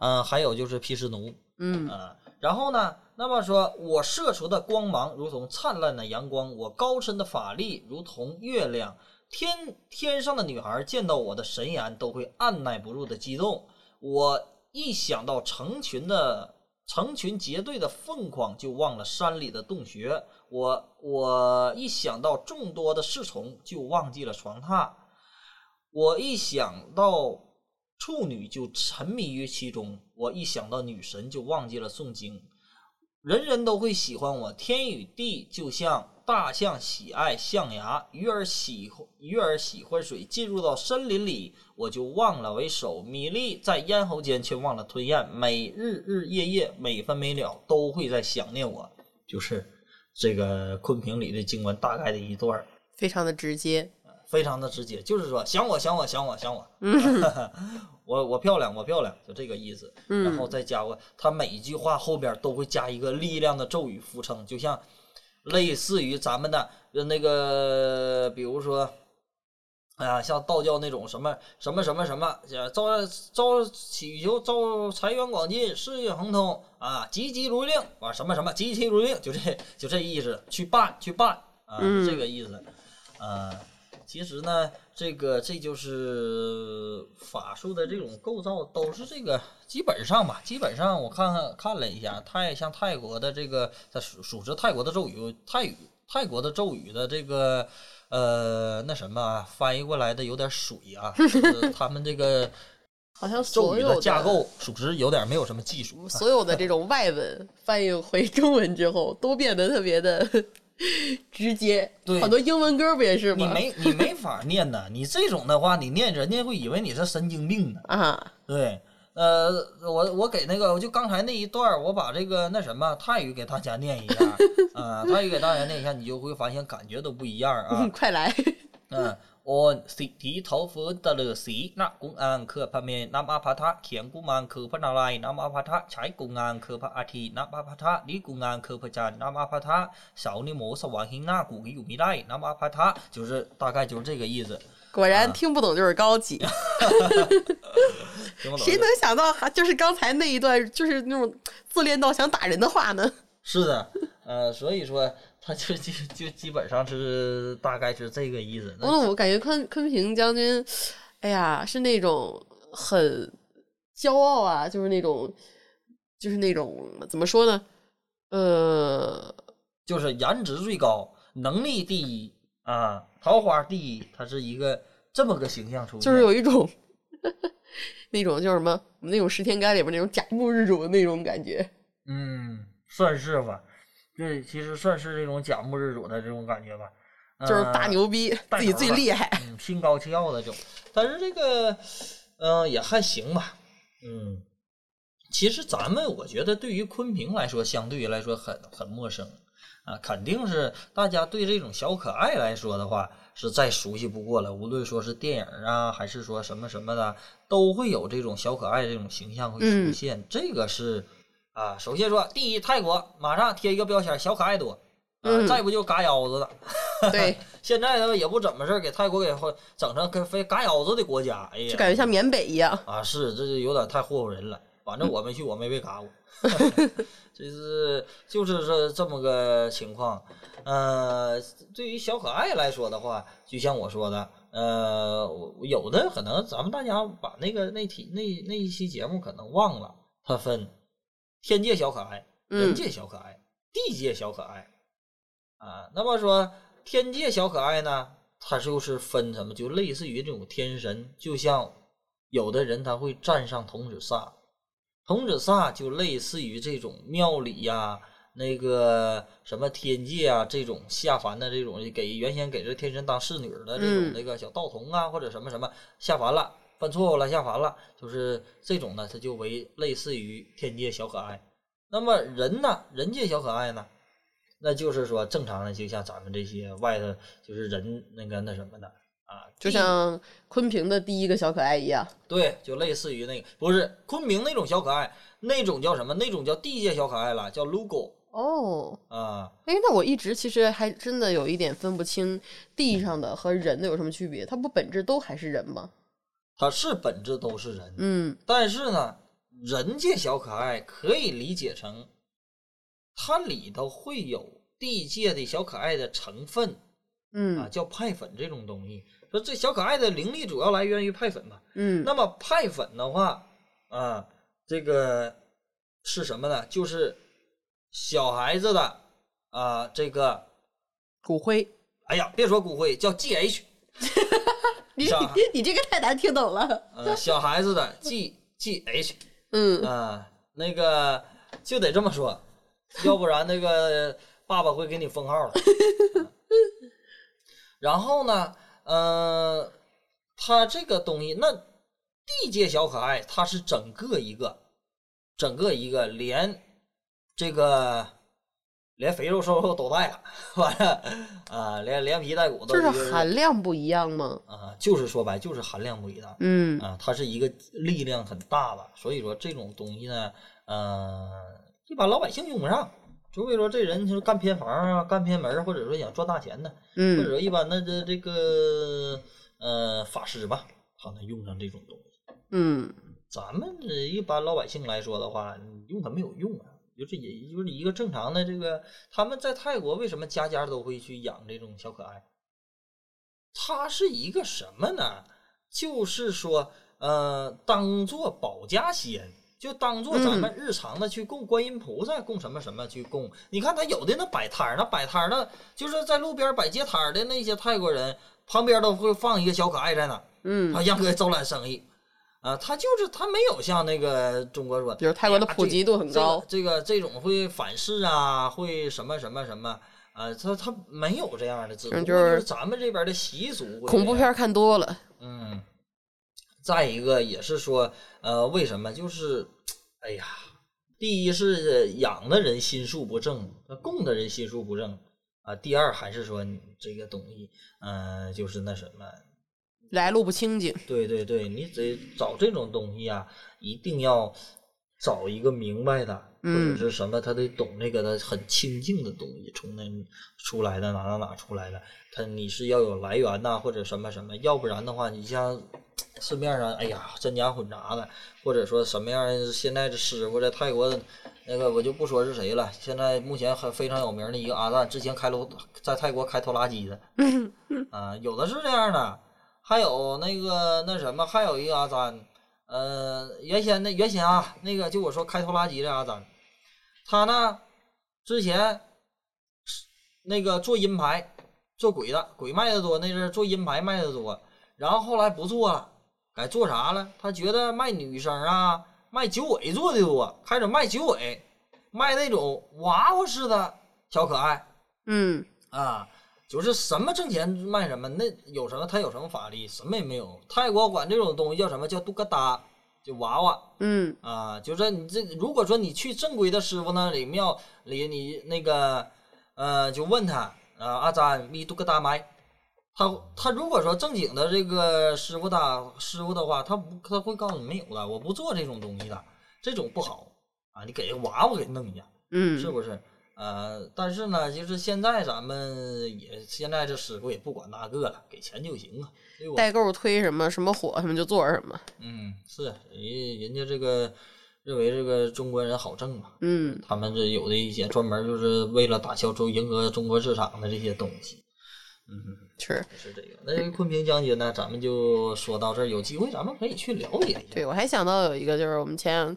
[SPEAKER 4] 嗯、还有就是毗湿奴，
[SPEAKER 5] 嗯
[SPEAKER 4] 啊、然后呢，那么说我射出的光芒如同灿烂的阳光，我高深的法力如同月亮，天天上的女孩见到我的神颜都会按耐不住的激动，我一想到成群的。成群结队的凤凰就忘了山里的洞穴，我我一想到众多的侍从就忘记了床榻，我一想到处女就沉迷于其中，我一想到女神就忘记了诵经。人人都会喜欢我，天与地就像大象喜爱象牙，鱼儿喜欢鱼儿喜欢水。进入到森林里，我就忘了为首；米粒在咽喉间却忘了吞咽。每日日夜夜，每分每秒都会在想念我。就是这个昆平里的经文大概的一段儿
[SPEAKER 5] 非常的直接，
[SPEAKER 4] 非常的直接，就是说想我想我想我想我，
[SPEAKER 5] 嗯
[SPEAKER 4] 我我漂亮我漂亮，就这个意思。然后
[SPEAKER 5] 嗯
[SPEAKER 4] 再加个，他每一句话后边都会加一个力量的咒语扶撑，就像类似于咱们的呃那个，比如说。哎呀，像道教那种什么什么什么什么，呃招招祈求招财源广进、事业亨通啊，吉吉如令啊，什么什么吉吉如令，就这就这意思，去办去办啊，
[SPEAKER 5] 嗯
[SPEAKER 4] 这个意思。呃，其实呢，这个这就是法术的这种构造，都是这个基本上吧，基本上我看看看了一下，泰像泰国的这个，它属属实泰国的咒语，泰语泰国的咒语的这个。呃，那什么啊、翻译过来的有点水啊，就是他们这 个
[SPEAKER 5] 好
[SPEAKER 4] 咒
[SPEAKER 5] 像所
[SPEAKER 4] 语
[SPEAKER 5] 有
[SPEAKER 4] 的架构属实有点没有什么技术。
[SPEAKER 5] 所有的这种外文翻译回中文之后，都变得特别的直接。
[SPEAKER 4] 对
[SPEAKER 5] 很多英文歌不也是
[SPEAKER 4] 你
[SPEAKER 5] 吗？
[SPEAKER 4] 没你没法念呐，你这种的话，你念人家会以为你是神经病呢。
[SPEAKER 5] 啊，
[SPEAKER 4] 对，呃，我我给那个，我就刚才那一段儿，我把这个那什么泰语给大家念一下 啊、泰语给大家念一下，你就会发现感觉都不一样啊。
[SPEAKER 5] 嗯，快来！
[SPEAKER 4] 嗯，我是提头佛的勒西，那公安科帕面，那阿帕他，前公安科帕那来，那阿帕他，才公安科帕阿提，那阿帕他，你公安科帕加，那阿帕他，少你摩萨瓦辛那古给有米来，那阿帕他，就是大概就是这个意思。
[SPEAKER 5] 果
[SPEAKER 4] 啊
[SPEAKER 5] 然听不懂就是高级，
[SPEAKER 4] 听不懂
[SPEAKER 5] 谁能想到还就是刚才那一段就是那种自恋到想打人的话呢？
[SPEAKER 4] 是的，呃，所以说他就就就基本上是大概是这个意思。那
[SPEAKER 5] 嗯，我感觉昆昆平将军，哎呀，是那种很骄傲啊，就是那种，就是那种怎么说呢？呃，
[SPEAKER 4] 就是颜值最高，能力第一啊，桃花第一，他是一个这么个形象出现。
[SPEAKER 5] 就是有一种那种叫什么，我们那种十天干里边那种甲木日主的那种感觉。
[SPEAKER 4] 嗯，算是吧，对，其实算是这种甲木日主的这种感觉吧，
[SPEAKER 5] 就是大
[SPEAKER 4] 呃
[SPEAKER 5] 牛逼，
[SPEAKER 4] 带
[SPEAKER 5] 自己
[SPEAKER 4] 头
[SPEAKER 5] 最
[SPEAKER 4] 的
[SPEAKER 5] 厉害。
[SPEAKER 4] 嗯，心高气傲的这种，但是这个，呃，也还行吧，嗯。其实咱们我觉得对于昆平来说，相对于来说很很陌生啊，肯定是大家对这种小可爱来说的话是再熟悉不过了。无论说是电影啊，还是说什么什么的，都会有这种小可爱这种形象会出
[SPEAKER 5] 嗯
[SPEAKER 4] 现。这个是啊，首先说第一，泰国马上贴一个标签儿，小可爱多。啊
[SPEAKER 5] 嗯
[SPEAKER 4] 再不就嘎腰子了，
[SPEAKER 5] 对，
[SPEAKER 4] 现在他们也不怎么事儿，给泰国给换整成跟非嘎腰子的国家，哎呀，
[SPEAKER 5] 就感觉像缅北一样。
[SPEAKER 4] 啊，是这就有点太霍霍人了。反正我没去，我没被嘎过， 就是就是这这么个情况。呃，对于小可爱来说的话，就像我说的，呃，我我有的可能咱们大家把那个那题那那一期节目可能忘了，它分天界小可爱、人
[SPEAKER 5] 嗯
[SPEAKER 4] 界小可爱、地界小可爱啊。那么说天界小可爱呢，它就是分什么，就类似于这种天神，就像有的人他会站上童子煞，童子煞就类似于这种庙里呀、那个什么天界啊，这种下凡的这种给原先给这天神当侍女的这种
[SPEAKER 5] 嗯
[SPEAKER 4] 那个小道童啊，或者什么什么下凡了，犯错误了下凡了，就是这种呢，它就为类似于天界小可爱。那么人呢，人界小可爱呢，那就是说正常的，就像咱们这些外头就是人那个那什么的啊，
[SPEAKER 5] 就
[SPEAKER 4] 地
[SPEAKER 5] 像昆平的第一个小可爱一样，
[SPEAKER 4] 对，就类似于那个不是昆明那种小可爱，那种叫什么？那种叫地界小可爱了，叫 logo
[SPEAKER 5] 哦，
[SPEAKER 4] 啊、
[SPEAKER 5] 哎，那我一直其实还真的有一点分不清地上的和人的有什么区别，它不本质都还是人吗？
[SPEAKER 4] 它是本质都是人，
[SPEAKER 5] 嗯，
[SPEAKER 4] 但是呢，人界小可爱可以理解成，它里头会有地界的小可爱的成分啊，
[SPEAKER 5] 嗯
[SPEAKER 4] 叫派粉这种东西。说这小可爱的灵力主要来源于派粉嘛，
[SPEAKER 5] 嗯，
[SPEAKER 4] 那么派粉的话，啊，这个是什么呢？就是小孩子的啊，这个，
[SPEAKER 5] 骨灰，
[SPEAKER 4] 哎呀，别说骨灰，叫 GH，
[SPEAKER 5] 你
[SPEAKER 4] 上
[SPEAKER 5] 你 这个太难听懂了。
[SPEAKER 4] 呃，小孩子的 G GH
[SPEAKER 5] 嗯，
[SPEAKER 4] 啊，那个就得这么说，要不然那个爸爸会给你封号的。嗯 然后呢，呃，它这个东西，那地界小可爱，它是整个一个，整个一个连这个连肥肉瘦肉都带了， 完了啊，连连皮带骨都
[SPEAKER 5] 就是
[SPEAKER 4] 一个
[SPEAKER 5] 含量不一样吗？
[SPEAKER 4] 啊，就是说白就是含量不一样。
[SPEAKER 5] 嗯
[SPEAKER 4] 啊，它是一个力量很大的，所以说这种东西呢，呃，一般老百姓用不上除非说这人就是干偏房啊、干偏门儿，或者说想赚大钱的，或者
[SPEAKER 5] 嗯
[SPEAKER 4] 说一般的这这个呃法师吧，他能用上这种东西。啊
[SPEAKER 5] 嗯
[SPEAKER 4] 咱们这一般老百姓来说的话，你用它没有用啊，就是也就是一个正常的这个，他们在泰国为什么家家都会去养这种小可爱？它是一个什么呢？就是说，呃，当做保家仙，就当做咱们日常的去供观音菩萨，供什么什么去供。你看他有的那摆摊儿，那摆摊儿的，就是在路边摆街摊儿的那些泰国人，旁边都会放一个小可爱在那儿，
[SPEAKER 5] 嗯
[SPEAKER 4] 啊，，让哥招揽生意。啊，他就是他没有像那个中国说，
[SPEAKER 5] 比如泰国的
[SPEAKER 4] 哎呀
[SPEAKER 5] 普及度很高
[SPEAKER 4] 这个这个这种会反噬啊，会什么什么什么，呃，他他没有这样的制度，
[SPEAKER 5] 嗯
[SPEAKER 4] 只
[SPEAKER 5] 就
[SPEAKER 4] 不过
[SPEAKER 5] 是
[SPEAKER 4] 是咱们这边的习俗。
[SPEAKER 5] 恐怖片，看多了，
[SPEAKER 4] 嗯。再一个也是说，呃，为什么就是，哎呀，第一是养的人心术不正，呃供的人心术不正啊、第二还是说你这个东西，呃，就是那什么，
[SPEAKER 5] 来路不清净。
[SPEAKER 4] 对对对，你得找这种东西啊，一定要找一个明白的，或者
[SPEAKER 5] 嗯
[SPEAKER 4] 是什么，他得懂那个的很清净的东西，从那出来的哪哪哪出来的，他你是要有来源呐、或者什么什么，要不然的话，你像市面上，哎呀，真假混杂的，或者说什么样儿，现在这师傅在泰国的那个我就不说是谁了，现在目前很非常有名的一个阿赞，之前开楼在泰国开拖拉机的，啊，有的是这样的，还有那个那什么，还有一个阿詹，呃，原先的原先啊，那个就我说开拖拉机的阿詹，他呢之前是那个做阴牌，做鬼的，鬼卖的多，那阵儿做阴牌卖的多，然后后来不做了，改做啥了？他觉得卖女生啊，卖酒鬼做的多，开始卖酒鬼，卖那种娃娃似的小可爱。
[SPEAKER 5] 嗯
[SPEAKER 4] 啊，就是什么挣钱卖什么，那有什么他有什么法力，什么也没有。泰国管这种东西叫什么叫杜嘎达，就娃娃
[SPEAKER 5] 嗯
[SPEAKER 4] 啊，就是你这如果说你去正规的师傅那里庙里，你那个呃就问他啊阿詹咪杜嘎达麦。他他如果说正经的这个师傅大师傅的话，他不他会告诉你没有的，我不做这种东西的，这种不好啊！你给个娃娃给弄一下，是
[SPEAKER 5] 嗯
[SPEAKER 4] 不是？呃，但是呢，就是现在咱们也现在这师傅也不管那个了，给钱就行啊，对不？
[SPEAKER 5] 代购推什么什么火什么就做什么。
[SPEAKER 4] 嗯，是人人家这个认为这个中国人好挣嘛，
[SPEAKER 5] 嗯
[SPEAKER 4] 他们这有的一些专门就是为了打消中迎合中国市场的这些东西，
[SPEAKER 5] 是，
[SPEAKER 4] 是这个。那昆平将军呢，咱们就说到这儿，有机会咱们可以去了解一下。
[SPEAKER 5] 对我还想到有一个，就是我们前两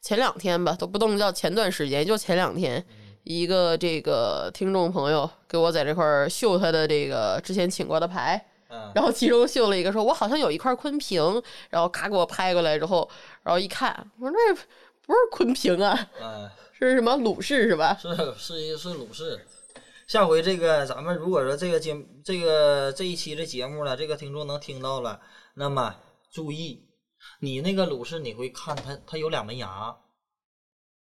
[SPEAKER 5] 前两天吧，都不动叫前段时间，就前两天，
[SPEAKER 4] 嗯
[SPEAKER 5] 一个这个听众朋友给我在这块儿秀他的这个之前请过的牌，
[SPEAKER 4] 嗯，
[SPEAKER 5] 然后其中秀了一个说，我好像有一块昆平，然后咔给我拍过来之后，然后一看，我说那不是昆平啊，
[SPEAKER 4] 嗯。
[SPEAKER 5] 是什么鲁氏是吧？
[SPEAKER 4] 是 是一是鲁氏。下回这个咱们如果说这个节这个这一期的节目了，这个听众能听到了，那么注意，你那个鲁氏你会看它它有俩门牙，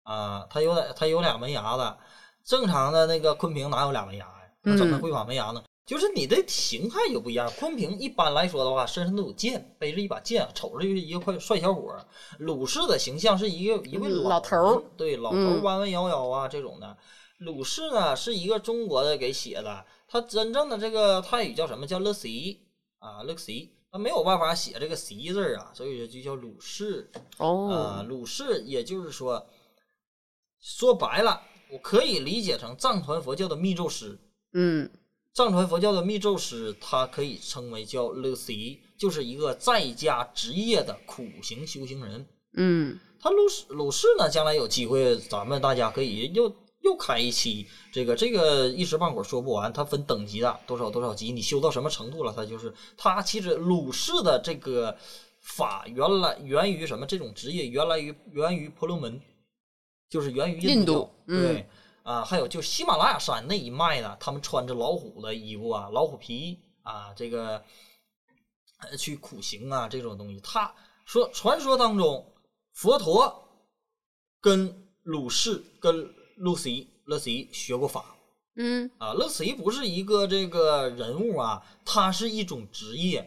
[SPEAKER 4] 啊，它有它有俩门牙的，正常的那个昆平哪有俩门牙呀？它怎么
[SPEAKER 5] 嗯
[SPEAKER 4] 会把门牙呢？就是你的形态有不一样，昆平一般来说的话，身上都有剑，背着一把剑，瞅着就是一个快帅小伙儿。鲁氏的形象是一个一位
[SPEAKER 5] 嗯
[SPEAKER 4] 老
[SPEAKER 5] 老头儿
[SPEAKER 4] 人对老头儿
[SPEAKER 5] 嗯
[SPEAKER 4] 弯弯腰腰啊这种的。鲁氏呢是一个中国的给写的，他真正的这个泰语叫什么叫乐西啊乐西，他没有办法写这个西字儿啊，所以就叫鲁氏啊
[SPEAKER 5] 哦，
[SPEAKER 4] 鲁氏，也就是说，说白了，我可以理解成藏传佛教的密咒师。
[SPEAKER 5] 嗯
[SPEAKER 4] 藏传佛教的密咒师，他可以称为叫乐西，就是一个在家职业的苦行修行人。
[SPEAKER 5] 嗯，
[SPEAKER 4] 他鲁氏鲁氏呢，将来有机会，咱们大家可以又又开一期这个这个一时半会儿说不完，它分等级的，多少多少级，你修到什么程度了，它就是它其实鲁氏的这个法原来源于什么？这种职业原来于源于婆罗门，就是源于
[SPEAKER 5] 印
[SPEAKER 4] 度
[SPEAKER 5] 度
[SPEAKER 4] 教，
[SPEAKER 5] 嗯
[SPEAKER 4] 对。啊，还有就喜马拉雅山那一脉的，他们穿着老虎的衣服啊，老虎皮啊，这个呃去苦行啊这种东西。他说，传说当中佛陀跟鲁氏跟露西乐西学过法
[SPEAKER 5] 嗯
[SPEAKER 4] 啊，乐西不是一个这个人物啊，他是一种职业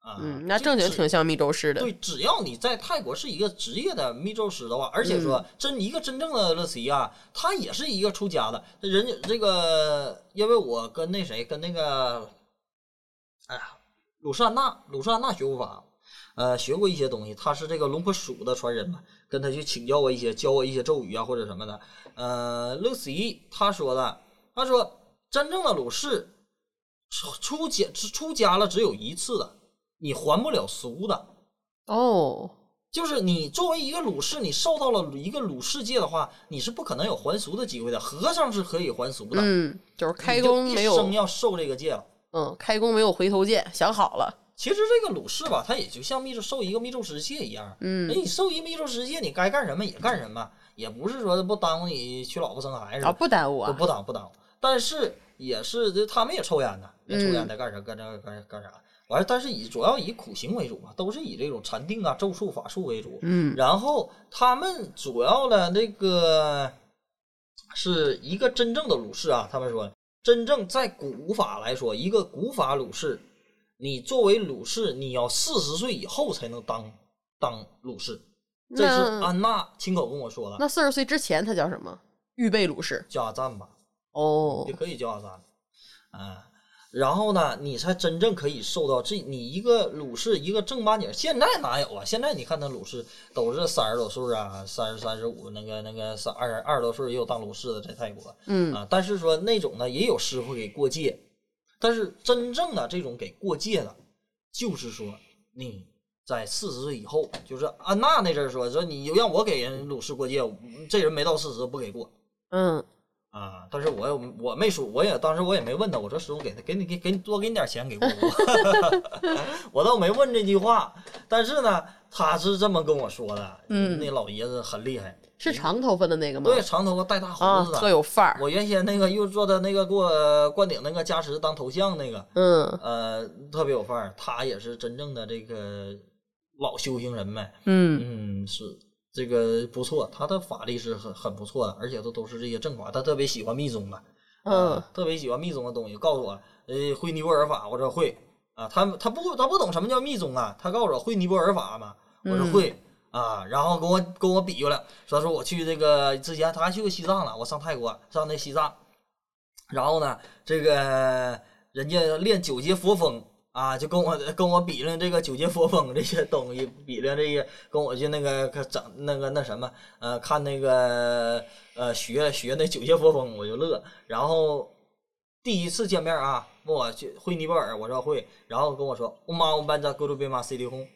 [SPEAKER 4] 啊。
[SPEAKER 5] 嗯，那正经挺像密州市的，
[SPEAKER 4] 对，只要你在泰国是一个职业的密州师的话，而且说真一个真正的乐奇啊，他也是一个出家的人家。这个，因为我跟那谁，跟那个，哎呀，鲁善纳，鲁善纳学武法，呃，学过一些东西。他是这个龙婆鼠的传人嘛，跟他去请教我一些，教我一些咒语啊或者什么的。呃，乐奇他说的，他说真正的鲁氏出出家出家了只有一次的，你还不了俗的。
[SPEAKER 5] 哦，
[SPEAKER 4] 就是你作为一个鲁氏，你受到了一个鲁世界的话，你是不可能有还俗的机会的。和尚是可以还俗的，
[SPEAKER 5] 嗯，就是开
[SPEAKER 4] 你就
[SPEAKER 5] 弓
[SPEAKER 4] 一
[SPEAKER 5] 没
[SPEAKER 4] 生
[SPEAKER 5] 有，
[SPEAKER 4] 要受这个戒了。
[SPEAKER 5] 嗯，开弓没有回头箭，想好了，
[SPEAKER 4] 其实这个鲁氏吧，他也就像密咒受一个密咒十戒一样，
[SPEAKER 5] 嗯
[SPEAKER 4] 哎，你受一密咒十戒，你该干什么也干什么，也不是说不耽误你娶老婆生孩子，
[SPEAKER 5] 啊，不耽误啊，
[SPEAKER 4] 不耽误不耽误。但是也是，这他们也抽烟呢，也抽
[SPEAKER 5] 嗯
[SPEAKER 4] 烟的，干啥干这干啥干啥。完了，但是以主要以苦行为主嘛，都是以这种禅定啊、咒术、法术为主。
[SPEAKER 5] 嗯
[SPEAKER 4] 然后他们主要的那个是一个真正的鲁氏啊，他们说真正在古法来说，一个古法鲁氏，你作为鲁氏，你要四十岁以后才能当当鲁氏，这是
[SPEAKER 5] 那
[SPEAKER 4] 安娜亲口跟我说的。
[SPEAKER 5] 那四十岁之前他叫什么？预备鲁氏
[SPEAKER 4] 叫阿赞吧，
[SPEAKER 5] 哦
[SPEAKER 4] 也，可以叫阿三，啊，然后呢，你才真正可以受到这你一个鲁氏一个正八经，现在哪有啊？现在你看那鲁氏都是三十多岁啊，三十三十五，那个那个三二二十多岁也有当鲁氏的在泰国
[SPEAKER 5] 嗯
[SPEAKER 4] 啊，但是说那种呢也有师傅给过界，但是真正的这种给过界的，就是说你。在四十岁以后，就是安娜那阵儿说说你让我给人鲁氏过界，这人没到四十不给过，
[SPEAKER 5] 嗯
[SPEAKER 4] 啊，但是我也我没说，我也当时我也没问他，我说师傅给他给你给给你多给你点钱给姑姑， 我倒没问这句话，但是呢，他是这么跟我说的，
[SPEAKER 5] 嗯
[SPEAKER 4] 那老爷子很厉害，
[SPEAKER 5] 是长头发的那个吗？
[SPEAKER 4] 哎对，长头发带大胡
[SPEAKER 5] 啊
[SPEAKER 4] 子，
[SPEAKER 5] 特
[SPEAKER 4] 的，
[SPEAKER 5] 有范儿，
[SPEAKER 4] 我原先那个又做的那个给我灌顶那个加持当头像那个，
[SPEAKER 5] 嗯
[SPEAKER 4] 呃，特别有范儿，他也是真正的这个老修行人呗，
[SPEAKER 5] 嗯
[SPEAKER 4] 嗯，是这个不错，他的法力是很很不错的，而且都都是这些正法，他特别喜欢密宗嘛，
[SPEAKER 5] 嗯，
[SPEAKER 4] 啊特别喜欢密宗的东西，告诉我，呃，会尼泊尔法，我说会啊，他他不他不懂什么叫密宗啊，他告诉我会尼泊尔法嘛，我说会、啊，然后跟我跟我比划了，说说我去这个之前他还去过西藏了，我上泰国上那西藏，然后呢，这个人家练九节佛风。啊，就跟我跟我比论这个九节佛风这些东西，比论这些，跟我去那个看整那个那什么，呃，看那个呃学学那九节佛风，我就乐。然后第一次见面啊，问我去会尼泊尔，我说会，然后跟我说乌玛乌班扎格鲁贝玛 C 里红，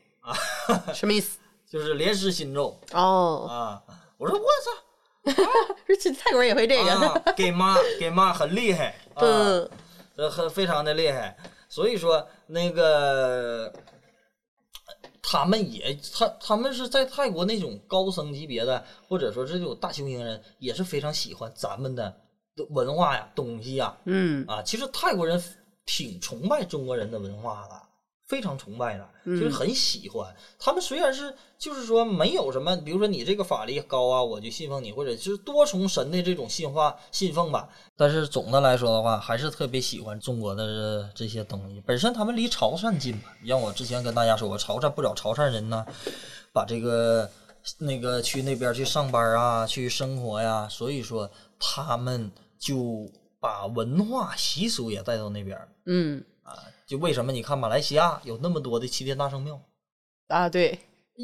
[SPEAKER 5] 什么意思？
[SPEAKER 4] 就是莲师心咒
[SPEAKER 5] 哦，
[SPEAKER 4] 啊。我说我操，
[SPEAKER 5] 是去泰国人也会这 个，
[SPEAKER 4] 啊、给妈给妈很厉害，啊、
[SPEAKER 5] 嗯
[SPEAKER 4] 呃，很非常的厉害。所以说那个他们也他他们是在泰国那种高僧级别的，或者说是这种大修行人，也是非常喜欢咱们的文化呀、东西呀
[SPEAKER 5] 嗯
[SPEAKER 4] 啊。其实泰国人挺崇拜中国人的文化的。非常崇拜的，就是很喜欢、他们。虽然是就是说没有什么，比如说你这个法力高啊，我就信奉你，或者就是多重神的这种信化信奉吧。但是总的来说的话，还是特别喜欢中国的这些东西。本身他们离潮汕近嘛，像我之前跟大家说过，潮汕不少潮汕人呢，把这个那个去那边去上班啊，去生活呀、所以说他们就把文化习俗也带到那边儿。
[SPEAKER 5] 嗯
[SPEAKER 4] 就为什么你看马来西亚有那么多的齐天大圣庙，
[SPEAKER 5] 啊，对，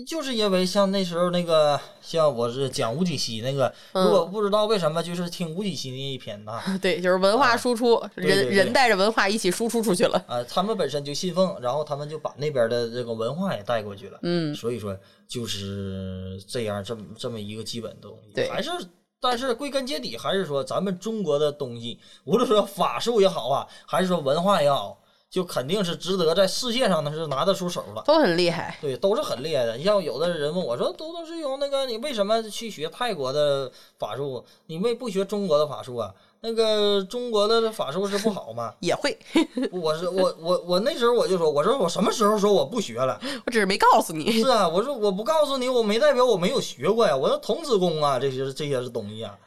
[SPEAKER 4] 就是因为像那时候那个，像我是讲吴几希那个，
[SPEAKER 5] 嗯
[SPEAKER 4] 如果不知道为什么，就是听吴几希那一篇呐，
[SPEAKER 5] 对，就是文化输出，
[SPEAKER 4] 啊对
[SPEAKER 5] 人
[SPEAKER 4] 对对
[SPEAKER 5] 人带着文化一起输出出去了。
[SPEAKER 4] 呃，他们本身就信奉，然后他们就把那边的这个文化也带过去了，
[SPEAKER 5] 嗯
[SPEAKER 4] 所以说就是这样这么这么一个基本东西，
[SPEAKER 5] 对
[SPEAKER 4] 还是。但是归根结底，还是说咱们中国的东西，无论说法术也好啊，还是说文化也好，就肯定是值得在世界上呢是拿得出手了。
[SPEAKER 5] 都很厉害。？
[SPEAKER 4] 对，都是很厉害的。你像有的人问我说，都都是由那个你为什么去学泰国的法术，你为不学中国的法术啊？那个中国的法术是不好吗
[SPEAKER 5] 也会，
[SPEAKER 4] 我是我我我那时候我就说，我说我什么时候说我不学了？
[SPEAKER 5] 我只是没告诉你
[SPEAKER 4] 是。啊，我说我不告诉你，我没代表我没有学过呀。我说童子功啊，这些这些是东西啊，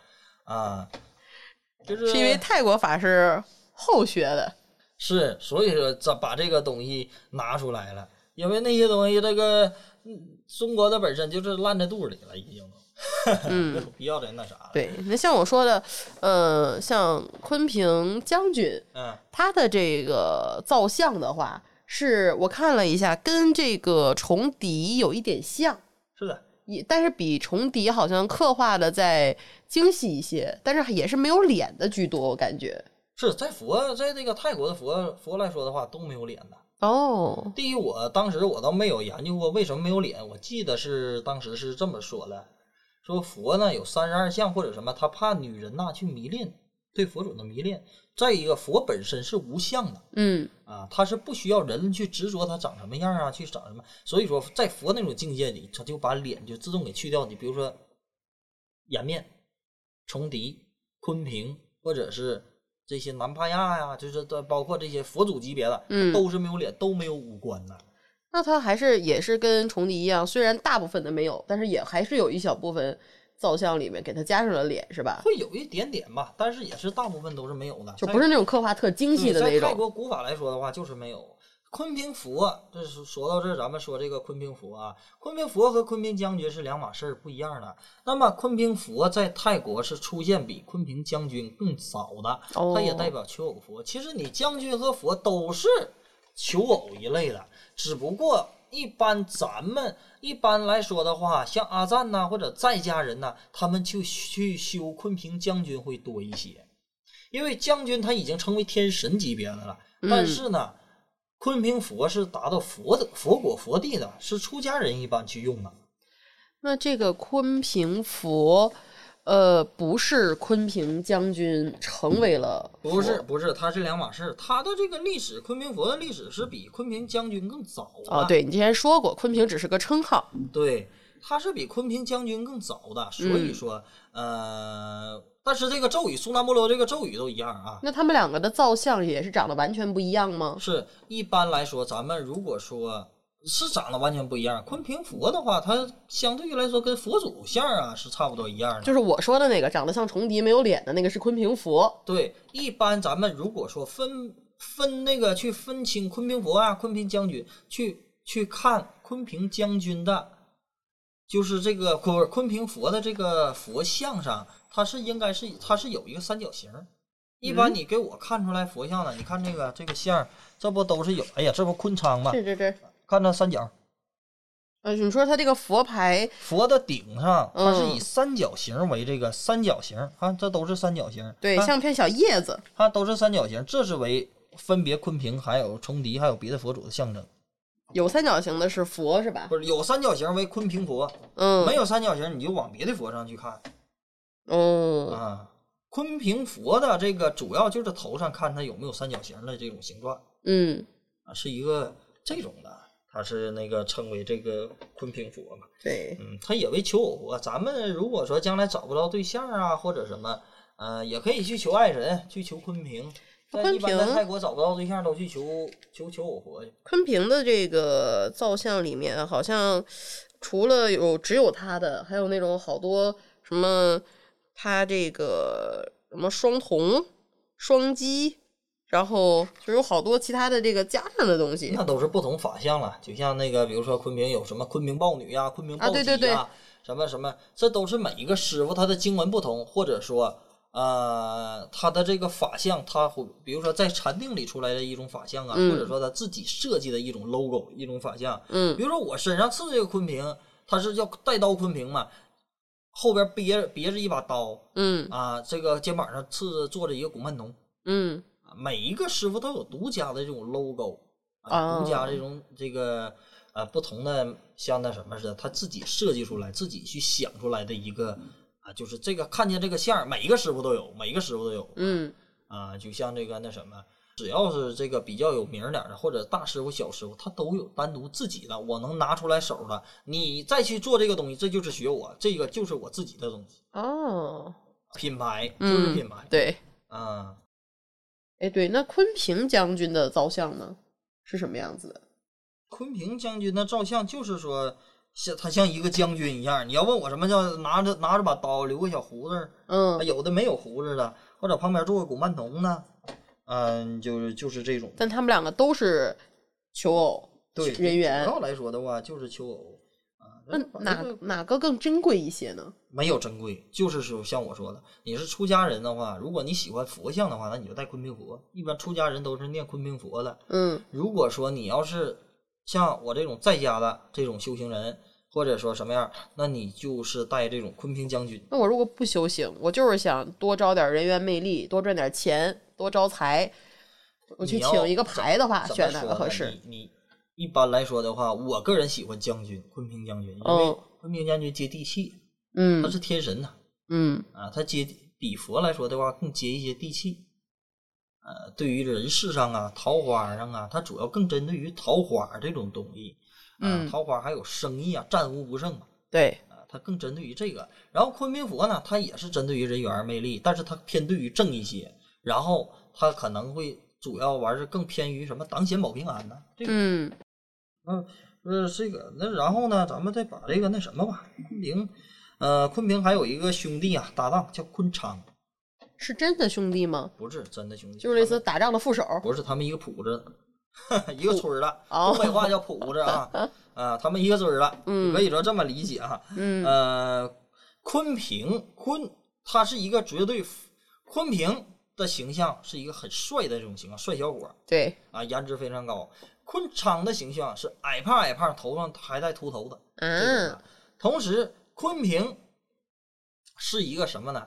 [SPEAKER 4] 啊，就是
[SPEAKER 5] 是因为泰国法是后学的，
[SPEAKER 4] 是，所以说这把这个东西拿出来了。因为那些东西，这个嗯中国的本身就是烂在肚里了，已经都，
[SPEAKER 5] 嗯
[SPEAKER 4] 没有必要再那啥了。
[SPEAKER 5] 对，那像我说的，呃，像昆平将军，
[SPEAKER 4] 嗯
[SPEAKER 5] 他的这个造像的话，是我看了一下，跟这个重迪有一点像，
[SPEAKER 4] 是的，
[SPEAKER 5] 也但是比重迪好像刻画的再精细一些，但是也是没有脸的居多，我感觉。
[SPEAKER 4] 是在佛，在这个泰国的佛佛来说的话，都没有脸的。
[SPEAKER 5] 哦，
[SPEAKER 4] 第一，我当时我倒没有研究过为什么没有脸，我记得是当时是这么说的，说佛呢有三十二相或者什么，他怕女人呐、去迷恋，对佛祖的迷恋。再一个，佛本身是无相的
[SPEAKER 5] 嗯，
[SPEAKER 4] 啊，他是不需要人去执着他长什么样啊，去长什么。所以说，在佛那种境界里，他就把脸就自动给去掉。你比如说，颜面、重迪、昆平，或者是这些南帕亚呀、就是这包括这些佛祖级别的，
[SPEAKER 5] 嗯
[SPEAKER 4] 都是没有脸，都没有五官的。
[SPEAKER 5] 那他还是也是跟重迪一样，虽然大部分的没有，但是也还是有一小部分造像里面给他加上了脸，是吧？
[SPEAKER 4] 会有一点点吧，但是也是大部分都是没有的，
[SPEAKER 5] 就
[SPEAKER 4] 在
[SPEAKER 5] 不是那种刻画特精细的
[SPEAKER 4] 对
[SPEAKER 5] 那
[SPEAKER 4] 嗯在泰
[SPEAKER 5] 种。
[SPEAKER 4] 国古法来说的话，就是没有。昆平佛，这是说到这儿，咱们说这个昆平佛啊，昆平佛和昆平将军是两码事儿，不一样的。那么昆平佛在泰国是出现比昆平将军更早的，
[SPEAKER 5] 哦
[SPEAKER 4] 它也代表求偶佛。其实你将军和佛都是求偶一类的，只不过一般咱们一般来说的话，像阿赞呐、或者在家人呐、他们就去修昆平将军会多一些，因为将军他已经成为天神级别的了，但是呢。昆平佛是达到佛的佛果佛地的，是出家人一般去用的。
[SPEAKER 5] 那这个昆平佛，呃，不是昆平将军成为了佛
[SPEAKER 4] 不是不是，它是两码事儿。它的这个历史，昆平佛的历史是比昆平将军更早啊的
[SPEAKER 5] 哦，对你之前说过，昆平只是个称号。
[SPEAKER 4] 对，它是比昆平将军更早的，所以说，呃，但是这个咒语苏南波罗这个咒语都一样啊。
[SPEAKER 5] 那他们两个的造像也是长得完全不一样吗？
[SPEAKER 4] 是一般来说，咱们如果说是长得完全不一样，昆平佛的话，它相对于来说跟佛祖像啊是差不多一样的。
[SPEAKER 5] 就是我说的那个长得像重迪没有脸的那个是昆平佛。
[SPEAKER 4] 对，一般咱们如果说分分那个去分清昆平佛啊、昆平将军，去去看昆平将军的，就是这个昆昆平佛的这个佛像上，它是应该是它是有一个三角形儿。一
[SPEAKER 5] 嗯
[SPEAKER 4] 般你给我看出来佛像了，你看这个这个像儿，这不都是有？哎呀，这不坤昌吗？
[SPEAKER 5] 这这这，
[SPEAKER 4] 看这三角，
[SPEAKER 5] 呃，你说他这个佛牌，
[SPEAKER 4] 佛的顶上它是
[SPEAKER 5] 嗯
[SPEAKER 4] 以三角形为这个三角形儿，看、这都是三角形儿。
[SPEAKER 5] 对，
[SPEAKER 4] 看
[SPEAKER 5] 像片小叶子。
[SPEAKER 4] 它都是三角形，这是为分别昆平、还有重迪、还有别的佛祖的象征。
[SPEAKER 5] 有三角形的是佛是吧？
[SPEAKER 4] 不是有三角形为昆平佛，
[SPEAKER 5] 嗯，
[SPEAKER 4] 没有三角形你就往别的佛上去看
[SPEAKER 5] 嗯，
[SPEAKER 4] 啊。昆平佛的这个主要就是头上看它有没有三角形的这种形状
[SPEAKER 5] 嗯，
[SPEAKER 4] 啊，是一个这种的，它是那个称为这个昆平佛嘛。
[SPEAKER 5] 对，
[SPEAKER 4] 嗯，它也为求偶佛。咱们如果说将来找不着对象啊，或者什么，呃，也可以去求爱神，去求昆平。但一般
[SPEAKER 5] 昆
[SPEAKER 4] 在
[SPEAKER 5] 平
[SPEAKER 4] 泰国找不到对象，都去求求求偶佛去。
[SPEAKER 5] 昆平的这个造像里面，好像除了有只有他的，还有那种好多什么，他这个什么双瞳、双击，然后就有好多其他的这个加上的东西
[SPEAKER 4] 那。都是不同法相了，就像那个，比如说昆明有什么昆明豹女呀、昆明豹
[SPEAKER 5] 啊
[SPEAKER 4] 姬呀、
[SPEAKER 5] 对对对
[SPEAKER 4] 什么什么，这都是每一个师傅他的经文不同，或者说呃他的这个法相，他会比如说在禅定里出来的一种法相啊，
[SPEAKER 5] 嗯
[SPEAKER 4] 或者说他自己设计的一种 logo 一种法相，
[SPEAKER 5] 嗯
[SPEAKER 4] 比如说我身上刺这个昆平，他是叫带刀昆平嘛，后边别着别着一把刀
[SPEAKER 5] 嗯
[SPEAKER 4] 啊，这个肩膀上刺坐着一个古曼童，
[SPEAKER 5] 嗯，
[SPEAKER 4] 啊每一个师傅都有独家的这种 logo
[SPEAKER 5] 哦
[SPEAKER 4] 啊，独家这种这个呃不同的像那什么似的，他自己设计出来，自己去想出来的一个啊，就是这个看见这个像儿，每一个师傅都有，每一个师傅都有，
[SPEAKER 5] 嗯
[SPEAKER 4] 啊，就像这个那什么。只要是这个比较有名儿点儿的，或者大师傅、小师傅，他都有单独自己的，我能拿出来手儿的。你再去做这个东西，这就是学我，这个就是我自己的东西。
[SPEAKER 5] 哦，
[SPEAKER 4] 品牌就
[SPEAKER 5] 嗯，
[SPEAKER 4] 是品牌，
[SPEAKER 5] 对，
[SPEAKER 4] 啊，
[SPEAKER 5] 哎对，那昆平将军的造像呢是什么样子的？
[SPEAKER 4] 昆平将军的照相就是说，像他像一个将军一样。你要问我什么叫拿着拿着把刀，留个小胡子儿，啊
[SPEAKER 5] 嗯，
[SPEAKER 4] 有的没有胡子的，或者旁边做个古曼呃童呢，嗯，就是就是这种。
[SPEAKER 5] 但他们两个都是求偶，
[SPEAKER 4] 对
[SPEAKER 5] 人员
[SPEAKER 4] 主要来说的话就是求偶啊，
[SPEAKER 5] 那哪
[SPEAKER 4] 这个
[SPEAKER 5] 哪个更珍贵一些呢？
[SPEAKER 4] 没有珍贵，就是说像我说的，你是出家人的话，如果你喜欢佛像的话，那你就带昆明佛。一般出家人都是念昆明佛的。
[SPEAKER 5] 嗯
[SPEAKER 4] 如果说你要是像我这种在家的这种修行人，或者说什么样，那你就是带这种昆平将军。
[SPEAKER 5] 那我如果不修行，我就是想多招点人员魅力，多赚点钱，多招财。我去
[SPEAKER 4] 你要
[SPEAKER 5] 请一个牌的话，
[SPEAKER 4] 怎么
[SPEAKER 5] 选哪
[SPEAKER 4] 说
[SPEAKER 5] 个合
[SPEAKER 4] 呢
[SPEAKER 5] 适？
[SPEAKER 4] 你你一般来说的话，我个人喜欢将军，昆平将军，因为
[SPEAKER 5] 嗯
[SPEAKER 4] 昆平将军接地气，他
[SPEAKER 5] 嗯
[SPEAKER 4] 是天神呐、
[SPEAKER 5] 嗯
[SPEAKER 4] 啊，他接比佛来说的话更接一些地气。呃，对于人世上啊、桃花上啊，它主要更针对于桃花这种东西。啊
[SPEAKER 5] 嗯
[SPEAKER 4] 桃花还有生意啊，战无不胜啊，
[SPEAKER 5] 对，
[SPEAKER 4] 啊它更针对于这个。然后昆明佛呢，它也是针对于人缘魅力，但是它偏对于正一些。然后它可能会主要玩是更偏于什么挡险保平安呢、这个
[SPEAKER 5] 嗯
[SPEAKER 4] 呃，这个那然后呢，咱们再把这个那什么吧，昆明，呃，昆明还有一个兄弟啊，搭档叫昆昌，
[SPEAKER 5] 是真的兄弟吗？
[SPEAKER 4] 不是真的兄弟，
[SPEAKER 5] 就是类似
[SPEAKER 4] 他
[SPEAKER 5] 打仗的副手。
[SPEAKER 4] 们不是他们一个谱子， 一个村儿的，
[SPEAKER 5] 哦
[SPEAKER 4] 东北话叫谱子啊， 啊，他们一个村儿的，
[SPEAKER 5] 嗯
[SPEAKER 4] 你可以说这么理解哈、
[SPEAKER 5] 嗯
[SPEAKER 4] 呃，昆平昆，他是一个绝对，昆平的形象是一个很帅的这种形象，帅小伙儿
[SPEAKER 5] 对，
[SPEAKER 4] 啊，颜值非常高。昆昌的形象是矮胖矮胖，头上还带秃头的，这种
[SPEAKER 5] 嗯
[SPEAKER 4] 的同时，昆平是一个什么呢？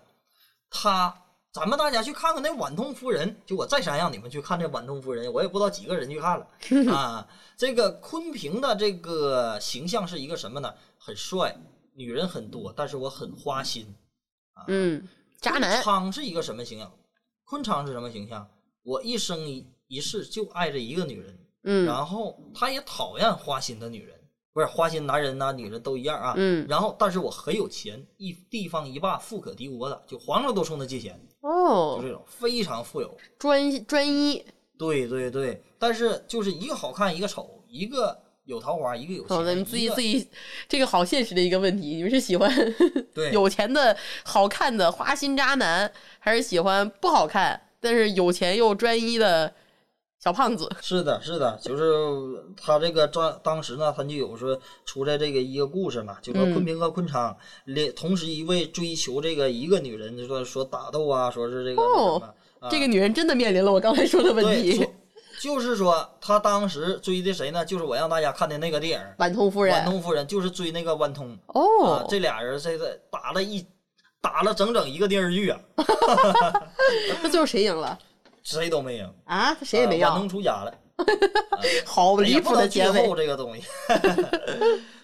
[SPEAKER 4] 他，咱们大家去看看那晚通夫人，就我再三让你们去看这晚通夫人，我也不知道几个人去看了 啊。这个昆平的这个形象是一个什么呢？很帅，女人很多，但是我很花心。
[SPEAKER 5] 嗯，渣
[SPEAKER 4] 昆
[SPEAKER 5] 男。
[SPEAKER 4] 昌啊是一个什么形象？昆昌是什么形象？我一生一一世就爱着一个女人，
[SPEAKER 5] 嗯
[SPEAKER 4] 然后他也讨厌花心的女人，不是花心男人呐、女人都一样啊。
[SPEAKER 5] 嗯
[SPEAKER 4] 然后，但是我很有钱，一地方一霸，富可敌国的，就皇上都冲他借钱，就
[SPEAKER 5] 哦
[SPEAKER 4] 这，种非常富有。
[SPEAKER 5] 专一专一
[SPEAKER 4] 对对对，但是就是一个好看，一个丑，一个有桃花，一个有钱。
[SPEAKER 5] 好哦的，你自
[SPEAKER 4] 一
[SPEAKER 5] 己
[SPEAKER 4] 个
[SPEAKER 5] 自己，这个好现实的一个问题，你们是喜欢
[SPEAKER 4] 对
[SPEAKER 5] 有钱的好看的花心渣男，还是喜欢不好看但是有钱又专一的小胖子？
[SPEAKER 4] 是的，是的，就是他这个当当时呢，他就有说出在这个一个故事嘛，就说
[SPEAKER 5] 嗯
[SPEAKER 4] 昆平和昆昌连、同时一位追求这个一个女人，就说说打斗啊，说是这个那
[SPEAKER 5] 哦
[SPEAKER 4] 什么、啊、
[SPEAKER 5] 这个女人真的面临了我刚才说的问
[SPEAKER 4] 对，
[SPEAKER 5] 题
[SPEAKER 4] 说。就是说他当时追的谁呢？就是我让大家看的那个电影。
[SPEAKER 5] 晚通夫人
[SPEAKER 4] 万通夫人就是追那个万通、啊
[SPEAKER 5] 哦，，
[SPEAKER 4] 这俩人这个打了一打了整整一个电视剧啊，
[SPEAKER 5] 那最后谁赢了
[SPEAKER 4] 谁都没赢，
[SPEAKER 5] 啊？谁也没
[SPEAKER 4] 啊万
[SPEAKER 5] 要
[SPEAKER 4] 通，出家了，
[SPEAKER 5] 好离
[SPEAKER 4] 哎
[SPEAKER 5] 谱
[SPEAKER 4] 呀不
[SPEAKER 5] 的
[SPEAKER 4] 能
[SPEAKER 5] 结
[SPEAKER 4] 剧
[SPEAKER 5] 尾
[SPEAKER 4] 透。这个东西。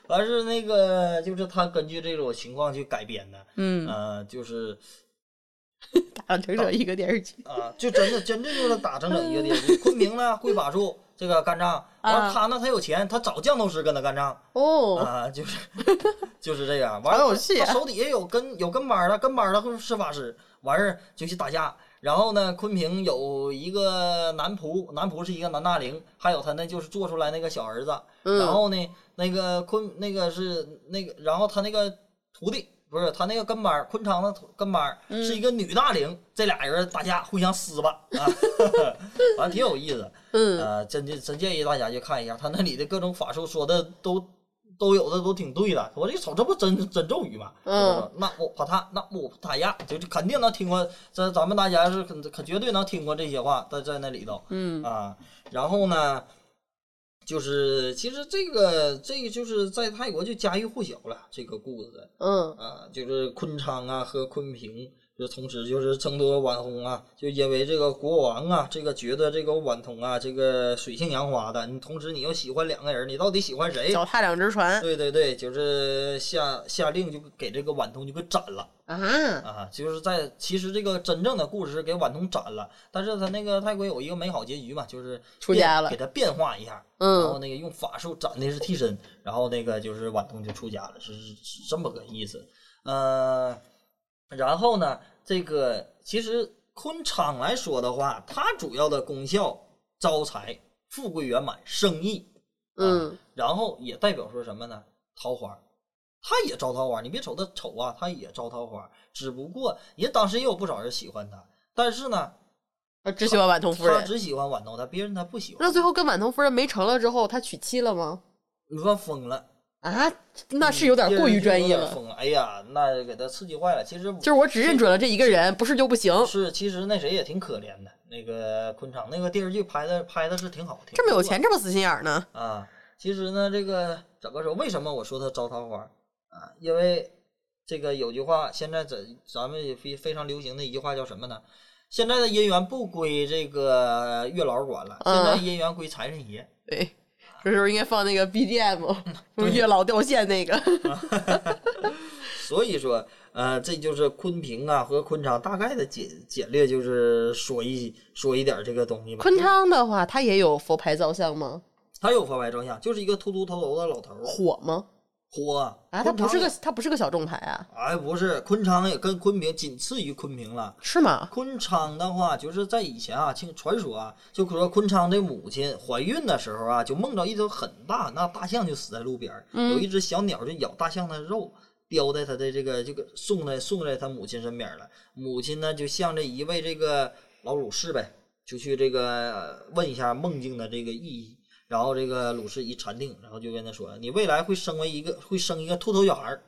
[SPEAKER 4] 完是那个，就是他根据这种情况去改编的，
[SPEAKER 5] 嗯，
[SPEAKER 4] 呃，就是
[SPEAKER 5] 打了整整一个电视剧。
[SPEAKER 4] 啊，就真的真正就是打整整一个 电视剧。昆明呢会法术，这个干仗，完
[SPEAKER 5] 啊
[SPEAKER 4] 了他呢他有钱，他找降头师跟他干仗，
[SPEAKER 5] 哦，
[SPEAKER 4] 啊， 就是就是这样。完
[SPEAKER 5] 好有
[SPEAKER 4] 了，
[SPEAKER 5] 戏
[SPEAKER 4] 他
[SPEAKER 5] 啊
[SPEAKER 4] 手底下有跟有跟班儿的，跟班儿的会是法师，完事儿就去打架。然后呢，昆平有一个男仆，男仆是一个男大龄，还有他那就是做出来那个小儿子。
[SPEAKER 5] 嗯
[SPEAKER 4] 然后呢，那个昆那个是那个，然后他那个徒弟不是他那个跟班儿，昆昌的徒跟班儿
[SPEAKER 5] 嗯
[SPEAKER 4] 是一个女大龄，这俩人打架互相撕吧啊， 反正挺有意思。
[SPEAKER 5] 嗯，
[SPEAKER 4] 呃，真建真建议大家去看一下，他那里的各种法术说的都都有的都挺对的。我一瞅，这不真真咒语吗？
[SPEAKER 5] 嗯
[SPEAKER 4] 我说，那我怕他，那我怕他呀，就是肯定能听过。这咱们大家是肯肯绝对能听过这些话，在在那里头，
[SPEAKER 5] 嗯
[SPEAKER 4] 啊，然后呢，就是其实这个这个就是在泰国就家喻户晓了这个故事
[SPEAKER 5] 嗯，
[SPEAKER 4] 啊，就是昆昌啊和昆平。就同时就是争夺晚红啊，就因为这个国王啊，这个觉得这个晚红啊，这个水性杨花的，你同时你又喜欢两个人，你到底喜欢谁？
[SPEAKER 5] 嗯脚踏两只船
[SPEAKER 4] 对对对，就是下下令就给这个晚通就给斩了
[SPEAKER 5] 啊，
[SPEAKER 4] 啊！就是在其实这个真正的故事是给晚通斩了，但是他那个泰国有一个美好结局嘛，就是
[SPEAKER 5] 出
[SPEAKER 4] 变
[SPEAKER 5] 家了
[SPEAKER 4] 给他变化一下，然后
[SPEAKER 5] 嗯，
[SPEAKER 4] 那个用法术斩的是替身，然后那个就是晚通就出家了，是是是这么个意思。呃，然后呢，这个其实昆昌来说的话，它主要的功效招财、富贵圆满、生意，
[SPEAKER 5] 嗯，
[SPEAKER 4] 然后也代表说什么呢？桃花，他也招桃花。你别瞅他丑啊，他也招桃花，只不过人当时也有不少人喜欢他，但是呢，
[SPEAKER 5] 啊，只喜欢碗头夫
[SPEAKER 4] 他
[SPEAKER 5] 人。
[SPEAKER 4] 只喜欢豌豆，他别人他不喜欢。
[SPEAKER 5] 那最后跟碗头夫人没成了之后，他娶妻了吗？
[SPEAKER 4] 你说疯了，
[SPEAKER 5] 啊，那是有点过于专业
[SPEAKER 4] 有点
[SPEAKER 5] 了。
[SPEAKER 4] 疯了，哎呀，那给他刺激坏了。其实
[SPEAKER 5] 就是我只认准了这一个人，不是就不行。
[SPEAKER 4] 是，其实那谁也挺可怜的。那个昆昌那个电视剧拍的拍的是挺好，挺
[SPEAKER 5] 这么有
[SPEAKER 4] 不错
[SPEAKER 5] 钱，这么死心眼儿呢？
[SPEAKER 4] 啊。其实呢，这个怎么说？为什么我说他招桃花啊？因为这个有句话，现在咱咱们也非非常流行的一句话叫什么呢？现在的姻缘不归这个月老管了，现
[SPEAKER 5] 嗯
[SPEAKER 4] 在姻缘归财神爷。
[SPEAKER 5] 对，这时候应该放那个 BGM，什么 月老掉线那个。
[SPEAKER 4] 所以说，呃，这就是昆平啊和昆昌大概的简简略，就是说一说一点这个东西吧。
[SPEAKER 5] 昆昌的话，他也有佛牌造像吗？
[SPEAKER 4] 他有佛牌照相，就是一个秃秃头头的老头儿，
[SPEAKER 5] 火吗？
[SPEAKER 4] 火
[SPEAKER 5] 啊，他不是
[SPEAKER 4] 昆
[SPEAKER 5] 个
[SPEAKER 4] 昌
[SPEAKER 5] 他不是个小众牌啊，
[SPEAKER 4] 哎，不是昆昌也跟昆明仅次于昆明了。
[SPEAKER 5] 是吗？
[SPEAKER 4] 昆昌的话，就是在以前啊，听传说啊，就说昆昌的母亲怀孕的时候啊，就梦到一头很大很大大象就死在路边儿，
[SPEAKER 5] 嗯
[SPEAKER 4] 有一只小鸟就咬大象的肉，叼在他的这个这个送在送在他母亲身边了。母亲呢，就向这一位这个老鲁士呗，就去这个呃问一下梦境的这个意义。然后这个鲁士一禅定，然后就跟他说：“你未来会生为一个会生一个秃头小孩儿，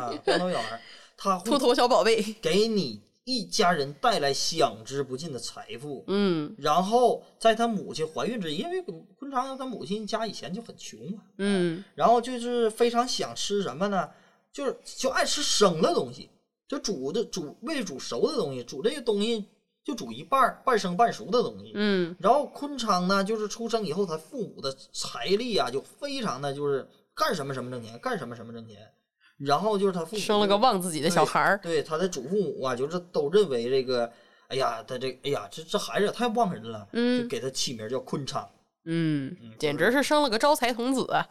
[SPEAKER 4] 啊，秃头小孩儿，他会
[SPEAKER 5] 秃头小宝贝，
[SPEAKER 4] 给你一家人带来享之不尽的财富。
[SPEAKER 5] 嗯
[SPEAKER 4] 然后在他母亲怀孕之夜，因为昆昌他母亲家以前就很穷嘛，
[SPEAKER 5] 嗯，
[SPEAKER 4] 然后就是非常想吃什么呢？就是就爱吃生的东西，就煮的煮未煮熟的东西，煮这些东西就煮一半儿半生半熟的东西。
[SPEAKER 5] 嗯，
[SPEAKER 4] 然后昆昌呢，就是出生以后，他父母的财力啊，就非常的就是干什么什么挣钱，干什么什么挣钱。然后就是他父母
[SPEAKER 5] 生了个
[SPEAKER 4] 就
[SPEAKER 5] 忘自己的小孩儿，
[SPEAKER 4] 对他的祖父母啊，就是都认为这个，哎呀，他这，哎呀，这这孩子也太忘人了，就
[SPEAKER 5] 嗯
[SPEAKER 4] 给他起名叫昆昌。
[SPEAKER 5] 嗯，
[SPEAKER 4] 嗯
[SPEAKER 5] 简直是生了个招财童子啊，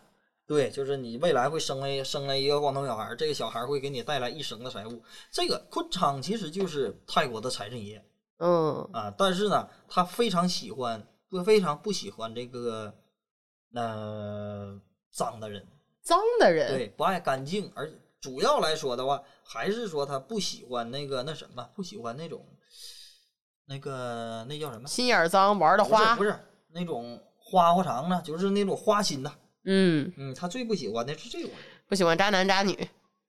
[SPEAKER 4] 对，就是你未来会生来生来一个光头小孩儿，这个小孩儿会给你带来一生的财物。这个昆昌其实就是泰国的财神爷
[SPEAKER 5] 嗯，
[SPEAKER 4] 啊，但是呢，他非常喜欢，不非常不喜欢这个，呃，脏的人，
[SPEAKER 5] 脏的人，
[SPEAKER 4] 对，不爱干净，而主要来说的话，还是说他不喜欢那个那什么，不喜欢那种，那个那叫什么？
[SPEAKER 5] 心眼儿脏，玩的花
[SPEAKER 4] 不，是不是那种花花肠子，就是那种花心的。
[SPEAKER 5] 嗯，
[SPEAKER 4] 嗯，他最不喜欢的是这种人。
[SPEAKER 5] 不喜欢渣男渣女，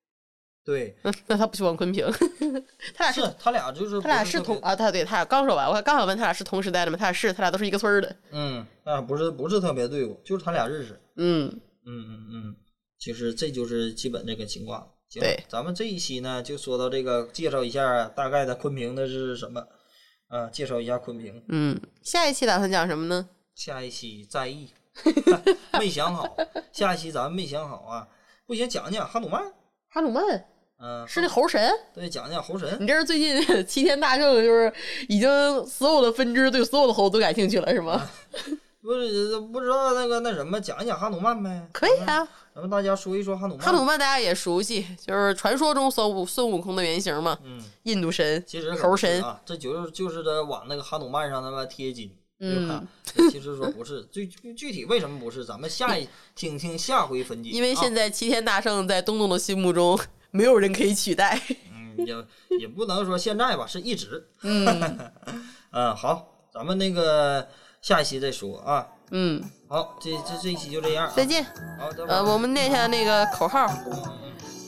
[SPEAKER 4] 对，
[SPEAKER 5] 那那他不喜欢昆平， 他俩是
[SPEAKER 4] 是他俩就是
[SPEAKER 5] 他俩
[SPEAKER 4] 不是
[SPEAKER 5] 是
[SPEAKER 4] 特别
[SPEAKER 5] 同啊，他对他俩刚说完，我刚想问他俩是同时代的吗？他俩是，他俩都是一个村儿的。
[SPEAKER 4] 嗯啊，不是不是特别对付，就是他俩认识。
[SPEAKER 5] 嗯，
[SPEAKER 4] 嗯嗯嗯，其实这就是基本这个情况。行
[SPEAKER 5] 对，
[SPEAKER 4] 咱们这一期呢就说到这个，介绍一下大概的昆平的是什么。啊，介绍一下昆平，
[SPEAKER 5] 嗯，下一期打算讲什么呢？
[SPEAKER 4] 下一期再 议，没想好，下一期咱们没想好啊，不行讲讲哈努曼，
[SPEAKER 5] 哈努曼
[SPEAKER 4] 嗯、
[SPEAKER 5] 是那猴神，
[SPEAKER 4] 对，讲讲猴神
[SPEAKER 5] 你，这是最近 齐天大圣就是已经所有的分支对所有的猴都感兴趣了是吗？
[SPEAKER 4] 嗯不是不知道那个那什么，讲一讲哈努曼呗。
[SPEAKER 5] 可以啊，
[SPEAKER 4] 咱们大家说一说哈努曼。
[SPEAKER 5] 哈努曼大家也熟悉，就是传说中孙悟孙悟空的原型嘛，
[SPEAKER 4] 嗯，
[SPEAKER 5] 印度神，
[SPEAKER 4] 其实
[SPEAKER 5] 猴神，
[SPEAKER 4] 啊，这就是就是在往那个哈努曼上他妈贴金。对吧
[SPEAKER 5] 嗯，
[SPEAKER 4] 其实说不是， 具具体为什么不是，咱们下一听听下回分解。啊
[SPEAKER 5] 因为现
[SPEAKER 4] 在、
[SPEAKER 5] 在齐天大圣在东东的心目中没有人可以取代。
[SPEAKER 4] 嗯、也也不能说现在吧，是一直。
[SPEAKER 5] 嗯
[SPEAKER 4] 嗯，好，咱们那个下一期再说啊。
[SPEAKER 5] 嗯，
[SPEAKER 4] 好，这这这一期就这样、啊。
[SPEAKER 5] 再见。
[SPEAKER 4] 好，再
[SPEAKER 5] 呃，
[SPEAKER 4] 见。
[SPEAKER 5] 我们念一下那个口号：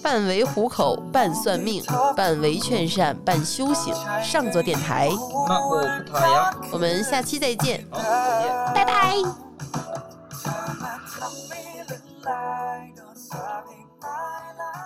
[SPEAKER 5] 半为糊口，半算命，半为劝善，半修行。上座电台，
[SPEAKER 4] 那我不他呀，
[SPEAKER 5] 我们下期再见。
[SPEAKER 4] 好，再见。
[SPEAKER 2] 拜拜。
[SPEAKER 6] I'm feeling like there's something I like.